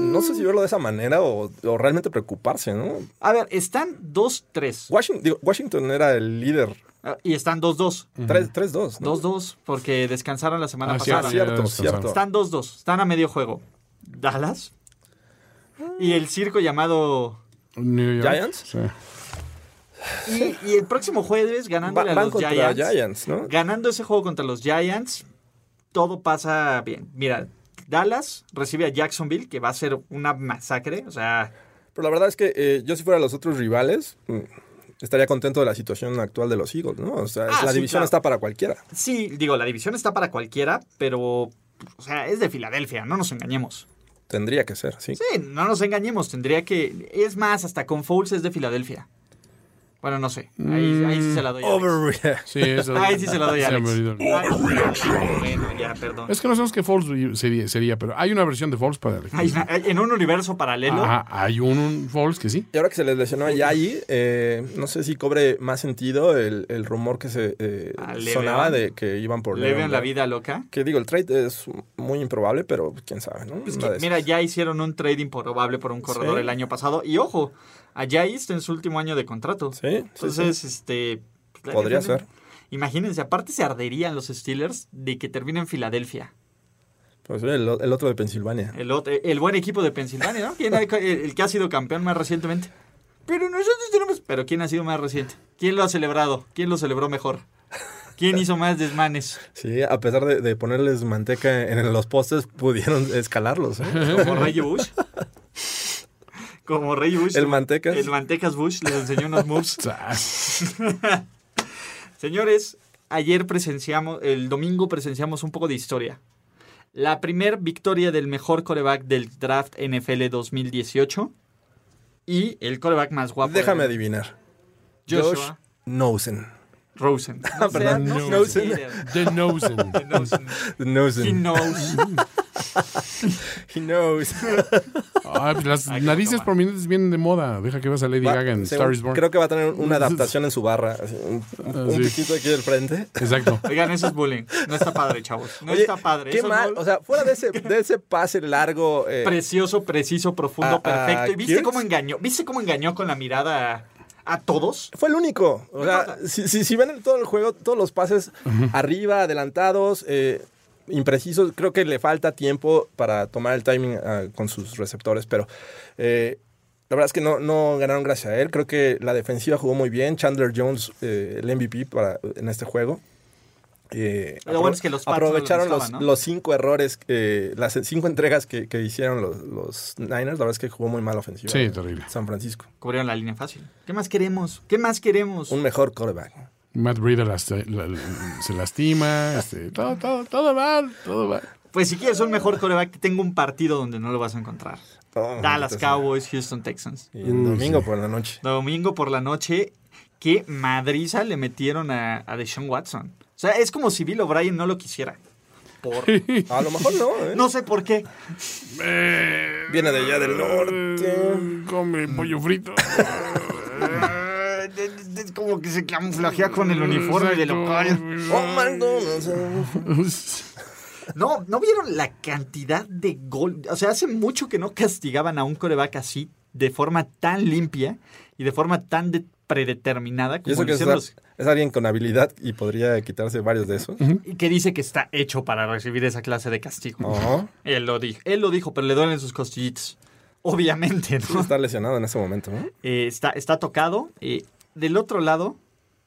No sé si verlo de esa manera o, o realmente preocuparse, ¿no? A ver, están 2-3. Washington, digo, Washington era el líder. Ah, Y están 2-2. 3 3-2. ¿no? 2-2 porque descansaron la semana Ah, pasada. cierto, Cierto, Descansaron. cierto. Están 2-2, están a medio juego. Dallas. Y el circo llamado... New York. ¿Giants? Sí. Y, y el próximo jueves ganando Va- a van los contra Giants. Giants, ¿no? Ganando ese juego contra los Giants, todo pasa bien. Mira, Dallas recibe a Jacksonville, que va a ser una masacre. O sea, Pero la verdad es que eh, yo si fuera los otros rivales, mm, estaría contento de la situación actual de los Eagles, ¿no? O sea, es- Ah, la sí, división claro. está para cualquiera. sí, digo, la división está para cualquiera, pero... O sea, es de Filadelfia, no nos engañemos. Tendría que ser, sí. Sí, no nos engañemos, tendría que... Es más, hasta con Fouls es de Filadelfia. Bueno, no sé. Ahí, ahí sí se la doy. a Alex. Overreact. *laughs* Sí, eso- Ahí sí se la doy a me Alex. olvidó. Ay, bueno, ya, perdón. Es que no sabemos qué Falls sería, sería, pero hay una versión de Falls para Alex. Hay una- hay- en un universo paralelo. Ajá, hay un, un Falls que sí. Y ahora que se les lesionó a Yayi, eh, no sé si cobre más sentido el, el rumor que se eh, Ah, Le'Veon. sonaba de que iban por Le Le'Veon la Bell. vida loca. Que digo, el trade es muy improbable, pero quién sabe, ¿no? Pues Una que, de esas. mira, ya hicieron un trade improbable por un corredor Sí. el año pasado. Y ojo, allá está en su último año de contrato. Sí, sí, Entonces, este. pues, Podría defienden. ser. Imagínense, aparte se arderían los Steelers de que termine en Filadelfia. Pues, eh, el, el otro de Pensilvania. El, ot- el buen equipo de Pensilvania, ¿no? *laughs* ¿Quién ha- el, el que ha sido campeón más recientemente. Pero nosotros tenemos. Pero ¿quién ha sido más reciente? ¿Quién lo ha celebrado? ¿Quién lo celebró mejor? ¿Quién hizo más desmanes? Sí, a pesar de, de ponerles manteca en los postes, pudieron *laughs* escalarlos. ¿eh? Como Reggie *laughs* Bush. Como Reggie Bush. El mantecas. El Mantecas Bush les enseñó unos moves. *laughs* Zas. Señores, ayer presenciamos, el domingo presenciamos un poco de historia. La primer victoria del mejor coreback del draft NFL 2018 y el coreback más guapo. Déjame del- adivinar. Josh Joshua Nosen. *laughs* Rosen. No seas- perdón, no Rosen. seas hater. *laughs* The Nosen. Rosen. He Nosen. knows. *laughs* He knows. Ah, pues las Ay, narices toma. prominentes vienen de moda. Deja que veas a Lady Va- Gaga en *laughs* según- Star is Born. Creo que va a tener una adaptación en su barra. así, un Ah, un- un sí. piquito aquí del frente. Exacto. Oigan, eso es bullying. No está padre, chavos. No Oye, está padre. Qué Eso mal. no- O sea, fuera de ese, de ese pase largo. eh, precioso, preciso, profundo, Ah, ah, perfecto. ¿Y viste ¿Kirk? cómo engañó? ¿Viste cómo engañó con la mirada a, a todos? fue el único. O sea, si, si, si ven el- todo el juego, todos los pases arriba, adelantados, eh, imprecisos, creo que le falta tiempo para tomar el timing ah, con sus receptores, pero eh, la verdad es que no, no ganaron gracias a él. Creo que la defensiva jugó muy bien. Chandler Jones, eh, el MVP para, en este juego. Eh, Lo bueno es que los Pats no lo aprovecharon los, necesitaban, ¿no? los cinco errores, eh, las cinco entregas que, que hicieron los, los Niners. La verdad es que jugó muy mal la ofensiva. Sí, terrible. San Francisco. Cubrieron la línea fácil. ¿Qué más queremos? ¿Qué más queremos? Un mejor quarterback. Matt Breeder las- la- la- se lastima. Este, todo, todo, todo mal. Todo mal. Pues si quieres un mejor coreback, tengo un partido donde no lo vas a encontrar. Oh, Dallas entonces- Cowboys, Houston Texans. Y el domingo por la noche. Domingo por la noche, qué madriza le metieron a, a Deshaun Watson. O sea, es como si Bill O'Brien no lo quisiera. Por- A lo mejor no, ¿eh? No sé por qué. Viene de allá del norte. Come pollo *laughs* frito. Eh, Es como que se camuflajea con el uniforme de local. Oh, McDonald's. No, ¿no vieron la cantidad de gol? O sea, hace mucho que no castigaban a un coreback así, de forma tan limpia y de forma tan de- predeterminada Y como eso lo que es, hicieron los- es alguien con habilidad y podría quitarse varios de esos. y que dice que está hecho para recibir esa clase de castigo. No. Él lo dijo, él lo dijo, pero le duelen sus costillitas. Obviamente, ¿no? Está lesionado en ese momento, ¿no? Eh, está, está tocado. eh, del otro lado,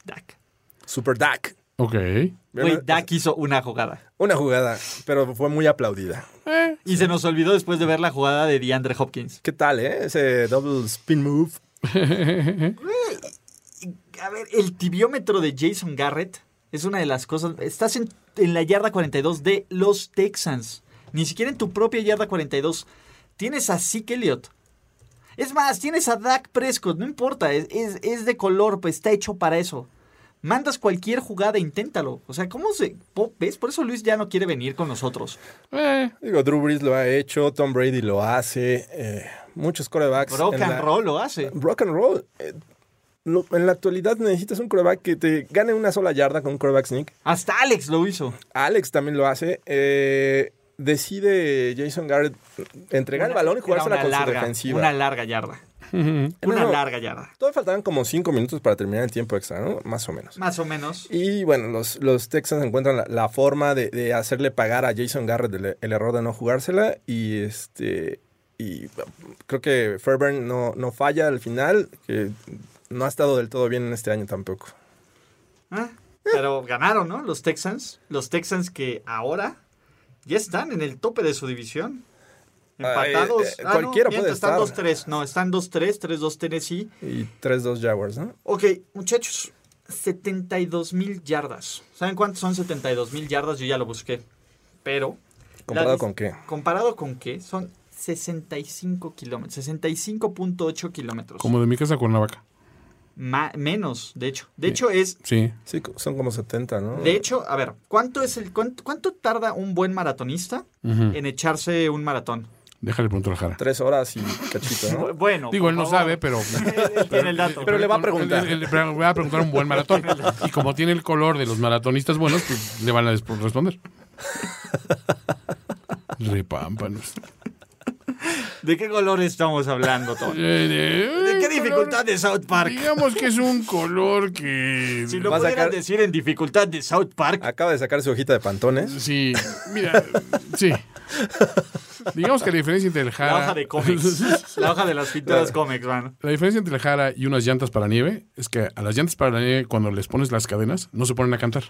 Dak. Super Dak. ok. Güey, Bueno, Dak hizo una jugada. Una jugada, pero fue muy aplaudida. Y se nos olvidó después de ver la jugada de DeAndre Hopkins. ¿Qué tal, eh? Ese double spin move. A ver, el tibiómetro de Jason Garrett es una de las cosas. Estás en, en la yarda 42 de los Texans. Ni siquiera en tu propia yarda 42. Tienes a Zeke Elliott. Es más, tienes a Dak Prescott. No importa, es, es- es de color, pues está hecho para eso. Mandas cualquier jugada, inténtalo. O sea, ¿cómo se.? po- ¿Ves? Por eso Luis ya no quiere venir con nosotros. Eh, Digo, Drew Brees lo ha hecho, Tom Brady lo hace, eh, muchos corebacks. Brock en and la- Roll lo hace. Rock and roll. Eh, lo- en la actualidad necesitas un coreback que te gane una sola yarda con un coreback sneak. Hasta Alex lo hizo. Alex también lo hace. Eh, decide Jason Garrett entregar el balón y jugársela Era con una su larga, defensiva. Una larga yarda. Una no. larga yarda. Todavía faltaban como cinco minutos para terminar el tiempo extra, ¿no? Más o menos. Más o menos. Y bueno, los, los Texans encuentran la, la forma de, de hacerle pagar a Jason Garrett el, el error de no jugársela. Y este. Y creo que Fairburn no, no falla al final, que no ha estado del todo bien en este año tampoco. Ah, Pero ganaron, ¿no? Los Texans. Los Texans que ahora ya están en el tope de su división. Empatados. Ah, eh, cualquiera no, miento, puede estar. Están 2-3. No, están 2-3, 3-2 Tennessee. Y 3-2 Jaguars, ¿no? Ok, muchachos. 72 mil yardas. ¿Saben cuántos son 72 mil yardas? Yo ya lo busqué. Pero. ¿Comparado la- con qué? ¿Comparado con qué? Son 65 kilómetros. 65.8 kilómetros. Como de mi casa a Cuernavaca. Ma- menos, de hecho. De hecho, es Sí. Sí, son como 70, ¿no? De hecho, a ver, ¿cuánto es el cuánto, cuánto tarda un buen maratonista Ujú. en echarse un maratón? Déjale preguntar al Jara. Tres horas y cachito, *laughs* ¿no? Bueno, Digo, por él no favor, sabe, pero. *laughs* él tiene el dato. Pero le va a preguntar. Él- él- pero le va a preguntar un buen maratón. Y como tiene el color de los maratonistas buenos, pues le van a despo- responder. Repámpanos. ¿De qué color estamos hablando, Tony? ¿De ¿De qué dificultad de South Park? eh, Digamos que es un color *laughs* que. Si lo Va a pudieran sacar- decir en dificultad de South Ah. Park, Acaba de sacar su hojita de pantones. Sí, mira, sí. Digamos que la diferencia entre el Jara. la hoja de *laughs* cómics, la hoja de las *laughs* pinturas cómics, man. La diferencia entre el Jara y unas llantas para nieve es que a las llantas para nieve, cuando les pones las cadenas, no se ponen a *laughs* cantar.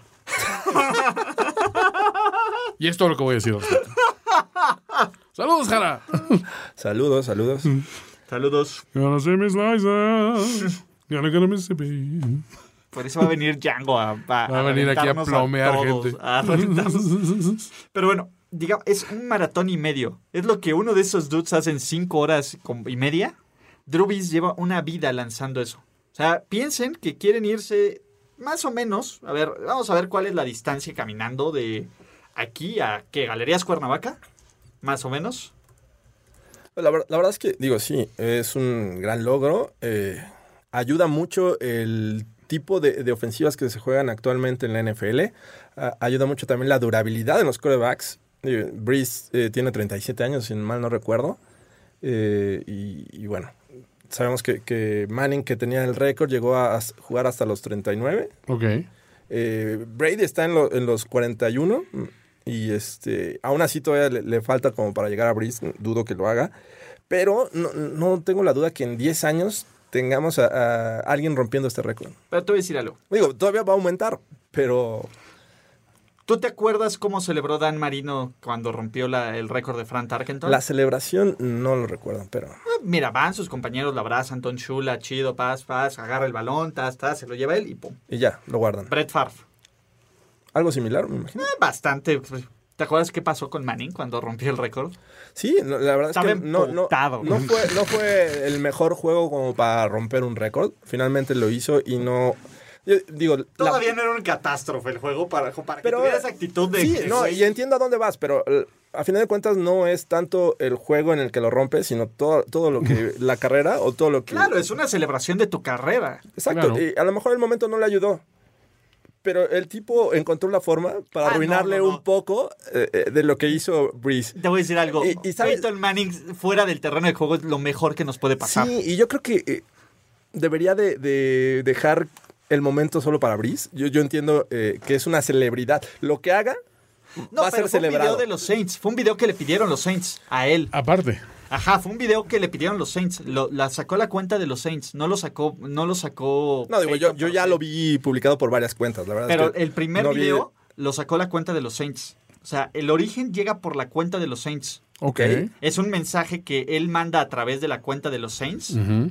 y es todo lo que voy a decir. al respecto. ¡Saludos, Jara! Saludos, saludos. Saludos. Gonna see Miss Liza. Gonna get a Miss Mississippi. Por eso va a venir Django a, Va a venir aquí a reventarnos plomear todos, gente. a reventarnos. Pero bueno, digamos, es un maratón y medio. Es lo que uno de esos dudes hace en cinco horas con- y media. Drubis lleva una vida lanzando eso. O sea, piensen que quieren irse más o menos. A ver, vamos a ver cuál es la distancia caminando de aquí a qué, Galerías Cuernavaca, más o menos. La, ver- la verdad es que, digo, sí, es un gran logro. eh, ayuda mucho el tipo de, de ofensivas que se juegan actualmente en la NFL. a- ayuda mucho también la durabilidad de los corebacks. Eh, Breeze eh, tiene 37 años, si mal no recuerdo. Eh, y, y bueno, sabemos que, que Manning, que tenía el récord, llegó a as- jugar hasta los 39. Ok. Eh, Brady está en, lo- en los 41 mm, y este, aún así todavía le, le falta como para llegar a Breeze, dudo que lo haga, pero no, no tengo la duda que en 10 años tengamos a, a alguien rompiendo este récord. Pero te voy a decir algo. Digo, todavía va a aumentar, pero ¿Tú te acuerdas cómo celebró Dan Marino cuando rompió la- el récord de Fran Tarkenton? Ah, la celebración no lo recuerdo, pero Mira, van sus compañeros, la abrazan, Anton Chula, chido, paz, paz, agarra el balón, tas, tas, se lo lleva él y pum. y ya, lo guardan. Brett Favre. Algo similar, me imagino. Eh, Bastante. pues, ¿Te acuerdas qué pasó con Manning cuando rompió el récord? Sí, no, la verdad Estaba es que no, no, emputado. no fue, no fue el mejor juego como para romper un récord. Finalmente lo hizo y no... yo digo, la- Todavía no era una catástrofe el juego para, para que tuviera esa actitud de... Sí, que, no, güey, y entiendo a dónde vas, pero eh, a final de cuentas no es tanto el juego en el que lo rompes, sino todo, todo lo *laughs* que. la carrera o todo lo que. Claro, es una celebración de tu carrera. Exacto. Claro. y a lo mejor el momento no le ayudó. Pero el tipo encontró la forma para Ah, no, arruinarle no, no. un poco eh, eh, de lo que hizo Breeze. Te voy a decir algo. Y- y sabes- Peyton Manning fuera del terreno de juego es lo mejor que nos puede pasar. Sí, y yo creo que eh, debería de, de dejar el momento solo para Breeze. Yo, yo entiendo eh, que es una celebridad. Lo que haga no, va a pero fue ser un video celebrado. de los Saints. Fue un video que le pidieron los Saints a él. Aparte, Ajá, fue un video que le pidieron los Saints. Lo- la sacó la cuenta de los Saints. No lo sacó. No lo sacó. No, digo, yo, Peyton yo por ya lo Saints. vi publicado por varias cuentas, la verdad. es Pero que el primer no vi- video lo sacó la cuenta de los Saints. O sea, el origen llega por la cuenta de los Saints. ok. Es un mensaje que él manda a través de la cuenta de los Saints Ujú.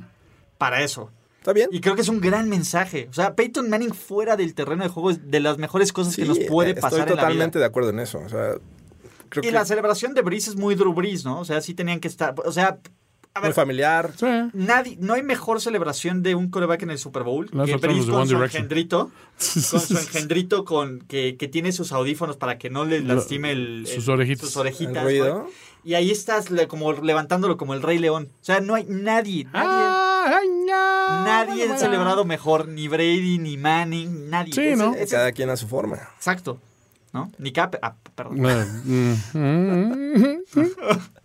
para eso. Está bien. Y creo que es un gran mensaje. O sea, Peyton Manning fuera del terreno de juego es de las mejores cosas que nos puede eh, pasar Estoy en la vida. totalmente de acuerdo en eso. O sea, creo Y que la celebración de Breeze es muy Drew Brees, ¿no? O sea, sí tenían que estar... O sea, a muy ver, familiar. Sí. Nadie, no hay mejor celebración de un coreback en el Super Bowl Las que Breeze saltaron los de con One su Direction. engendrito. Con *laughs* su engendrito con, que, que tiene sus audífonos para que no le lastime el, sus el- orejitas. sus orejitas, El ruido. güey. Y ahí estás le- como levantándolo como el Rey León. O sea, no hay nadie. Ah, Nadie, nadie ha celebrado mejor. Ni Brady, ni Manning, nadie. Sí, Ese- ¿no? ese- Cada quien a su forma. exacto. ¿no? Ni Cap, ah, perdón. *laughs*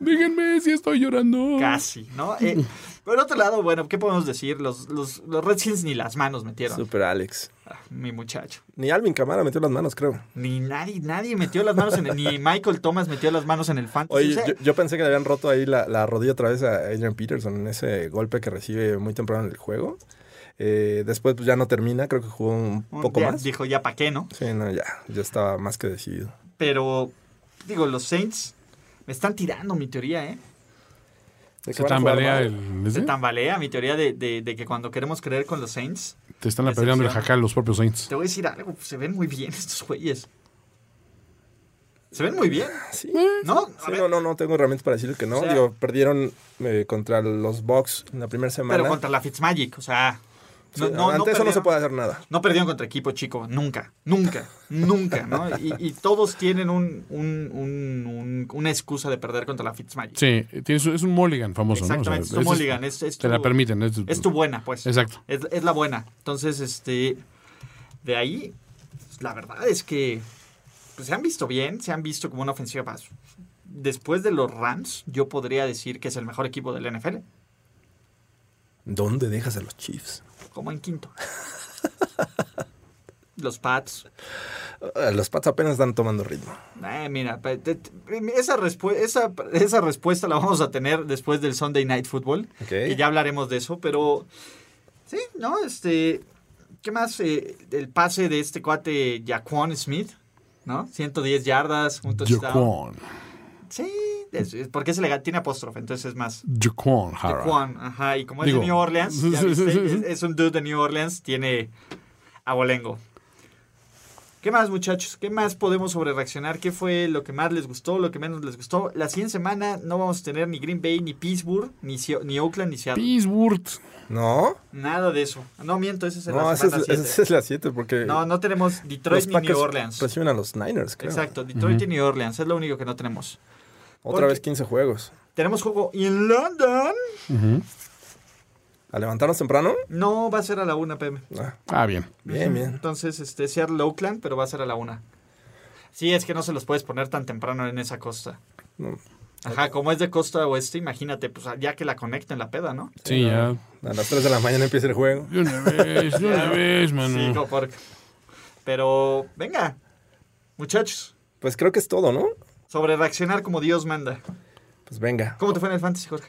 Díganme si estoy llorando. Casi, ¿no? Eh, por otro lado, bueno, ¿qué podemos decir? Los, los, los Redskins ni las manos metieron. Super Alex. Ah, mi muchacho. Ni Alvin Camara metió las manos, creo. Ni nadie, nadie metió las manos en el, Ni Michael Thomas metió las manos en el fantasy. Oye, O sea, yo, yo pensé que le habían roto ahí la, la rodilla otra vez a Adrian Peterson en ese golpe que recibe muy temprano en el juego. Eh, después pues, ya no termina, creo que jugó un un poco día más. Dijo, ya pa' qué, ¿no? Sí, no, ya, ya estaba más que decidido. Pero, digo, los Saints me están tirando mi teoría, ¿eh? ¿De qué Se van a jugar tambalea mal? el. Se ¿sí? tambalea mi teoría de, de- de que cuando queremos creer con los Saints, Te están apedreando el Decepción. jacal los propios Saints. te voy a decir algo, se ven muy bien *laughs* estos güeyes. Se ven muy bien, Ah, Sí. ¿no? A Sí, ver, no, no, no tengo herramientas para decir que no. O sea- Digo, perdieron eh, contra los Bucks en la primera semana. pero contra la Fitzmagic, o sea... Sí, ante eso no se perdieron- puede hacer nada. No perdieron contra equipo chico, nunca, nunca, nunca, ¿no? Y, y todos tienen un, un- un- un- una excusa de perder contra la Fitzmagic. Sí, tienes- es un mulligan famoso, ¿no? O sea, Exactamente, ese es es- tu mulligan, es, es Te la tu- permiten. Es, Es tu buena, pues. Exacto. Es, es la buena. Entonces, este. De ahí, pues, la verdad es que. pues, se han visto bien, se han visto como una ofensiva más. Después de los Rams, yo podría decir que es el mejor equipo del NFL. ¿Dónde dejas a los Chiefs? Como en quinto. Los Pats. Ah, Los Pats apenas están tomando ritmo. eh, mira, pe- te- te- esa, respu- esa, esa respuesta la vamos a tener después del Sunday Night Football. Ok. Y ya hablaremos de eso, pero sí, ¿no? Este, ¿qué más? Eh, el pase de este cuate Jaquan Smith, ¿no? 110 yardas, un touchdown. Jaquan. Sí, es- es porque se le tiene apóstrofe, entonces es más. Jaquan Harrod. Jaquan, ajá, y como es de Digo. New Orleans, ya viste, es, es un dude de New Orleans, tiene abolengo. ¿Qué más, muchachos? ¿Qué más podemos sobre reaccionar? ¿Qué fue lo que más les gustó, lo que menos les gustó? La siguiente semana no vamos a tener ni Green Bay, ni Pittsburgh, ni, Seo- ni Oakland, ni Seattle. Pittsburgh. No, Nada de eso. No miento, ese es el no, esa es, siete. esa es la 7 porque No, no tenemos Detroit los ni New Packers Orleans. reciben a los Niners, creo. Exacto, Detroit y New Orleans. Es lo único que no tenemos. Porque- Otra vez 15 juegos. ¿Tenemos juego en London? ¿A levantarnos temprano? No, va a ser a la 1 pm. Ah, Ah, bien. bien, bien. Entonces, este, Seattle Oakland, pero va a ser a la 1. Sí, es que no se los puedes poner tan temprano en esa costa. No, Ajá, como es de costa oeste, imagínate, pues ya que la conecten la peda, ¿no? Sí, ya. a las 3 de la mañana empieza el juego. De una vez, *laughs* de una vez, Sí, mano. como porque- Pero, venga, muchachos, Pues creo que es todo, ¿no? sobre reaccionar como Dios manda. Pues venga. ¿Cómo te fue en el fantasy, Jorge?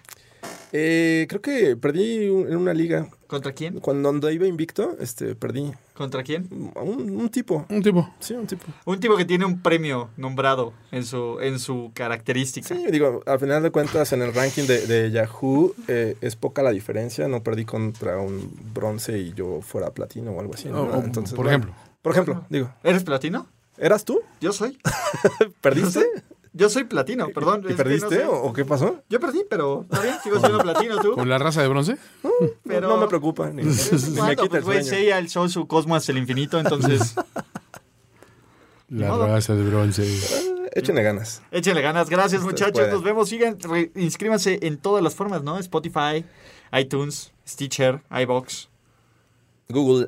Eh, creo que perdí un- en una liga. ¿Contra quién? Cuando donde iba invicto, este, perdí ¿Contra quién? a un, un tipo. Un tipo. Sí, un tipo. Un tipo que tiene un premio nombrado en su, en su característica. Sí, digo, al final de cuentas, en el ranking de, de Yahoo eh, es poca la diferencia. No perdí contra un bronce y yo fuera platino o algo así. ¿no? O- o, Entonces, por bueno. ejemplo. Por ejemplo, digo, ¿Eres platino? ¿eras tú? Yo *laughs* soy. ¿Perdiste? Yo soy platino, perdón. es ¿Y que no perdiste? sé. ¿O, o qué pasó? Yo perdí, pero está bien, sigo siendo platino tú. ¿Con la raza de bronce? Pero- No, no me preocupa. Ni, ni *laughs* me ¿Cuándo? quita Pues, el güey, sueño. Seiya, el show, su cosmos hasta el infinito, *laughs* entonces La modo. raza de bronce. Échenle ganas. échenle ganas. Gracias, Ustedes muchachos. pueden. Nos vemos. Sigan, re- inscríbanse en todas las formas, ¿no? Spotify, iTunes, Stitcher, iBox, Google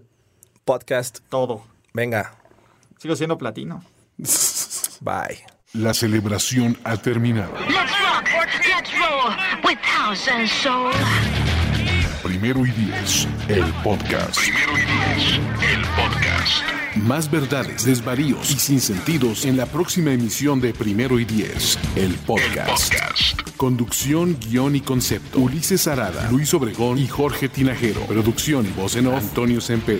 Podcast. todo. Venga. Sigo siendo platino. Bye. La celebración ha terminado. Let's rock, let's roll with house and soul. Primero y diez, el podcast. Primero y diez, el podcast. Más verdades, desvaríos y sinsentidos en la próxima emisión de Primero y diez, el podcast. Conducción, guión y concepto. Ulises Arada, Luis Obregón y Jorge Tinajero. Producción y voz en off, Antonio Sempere.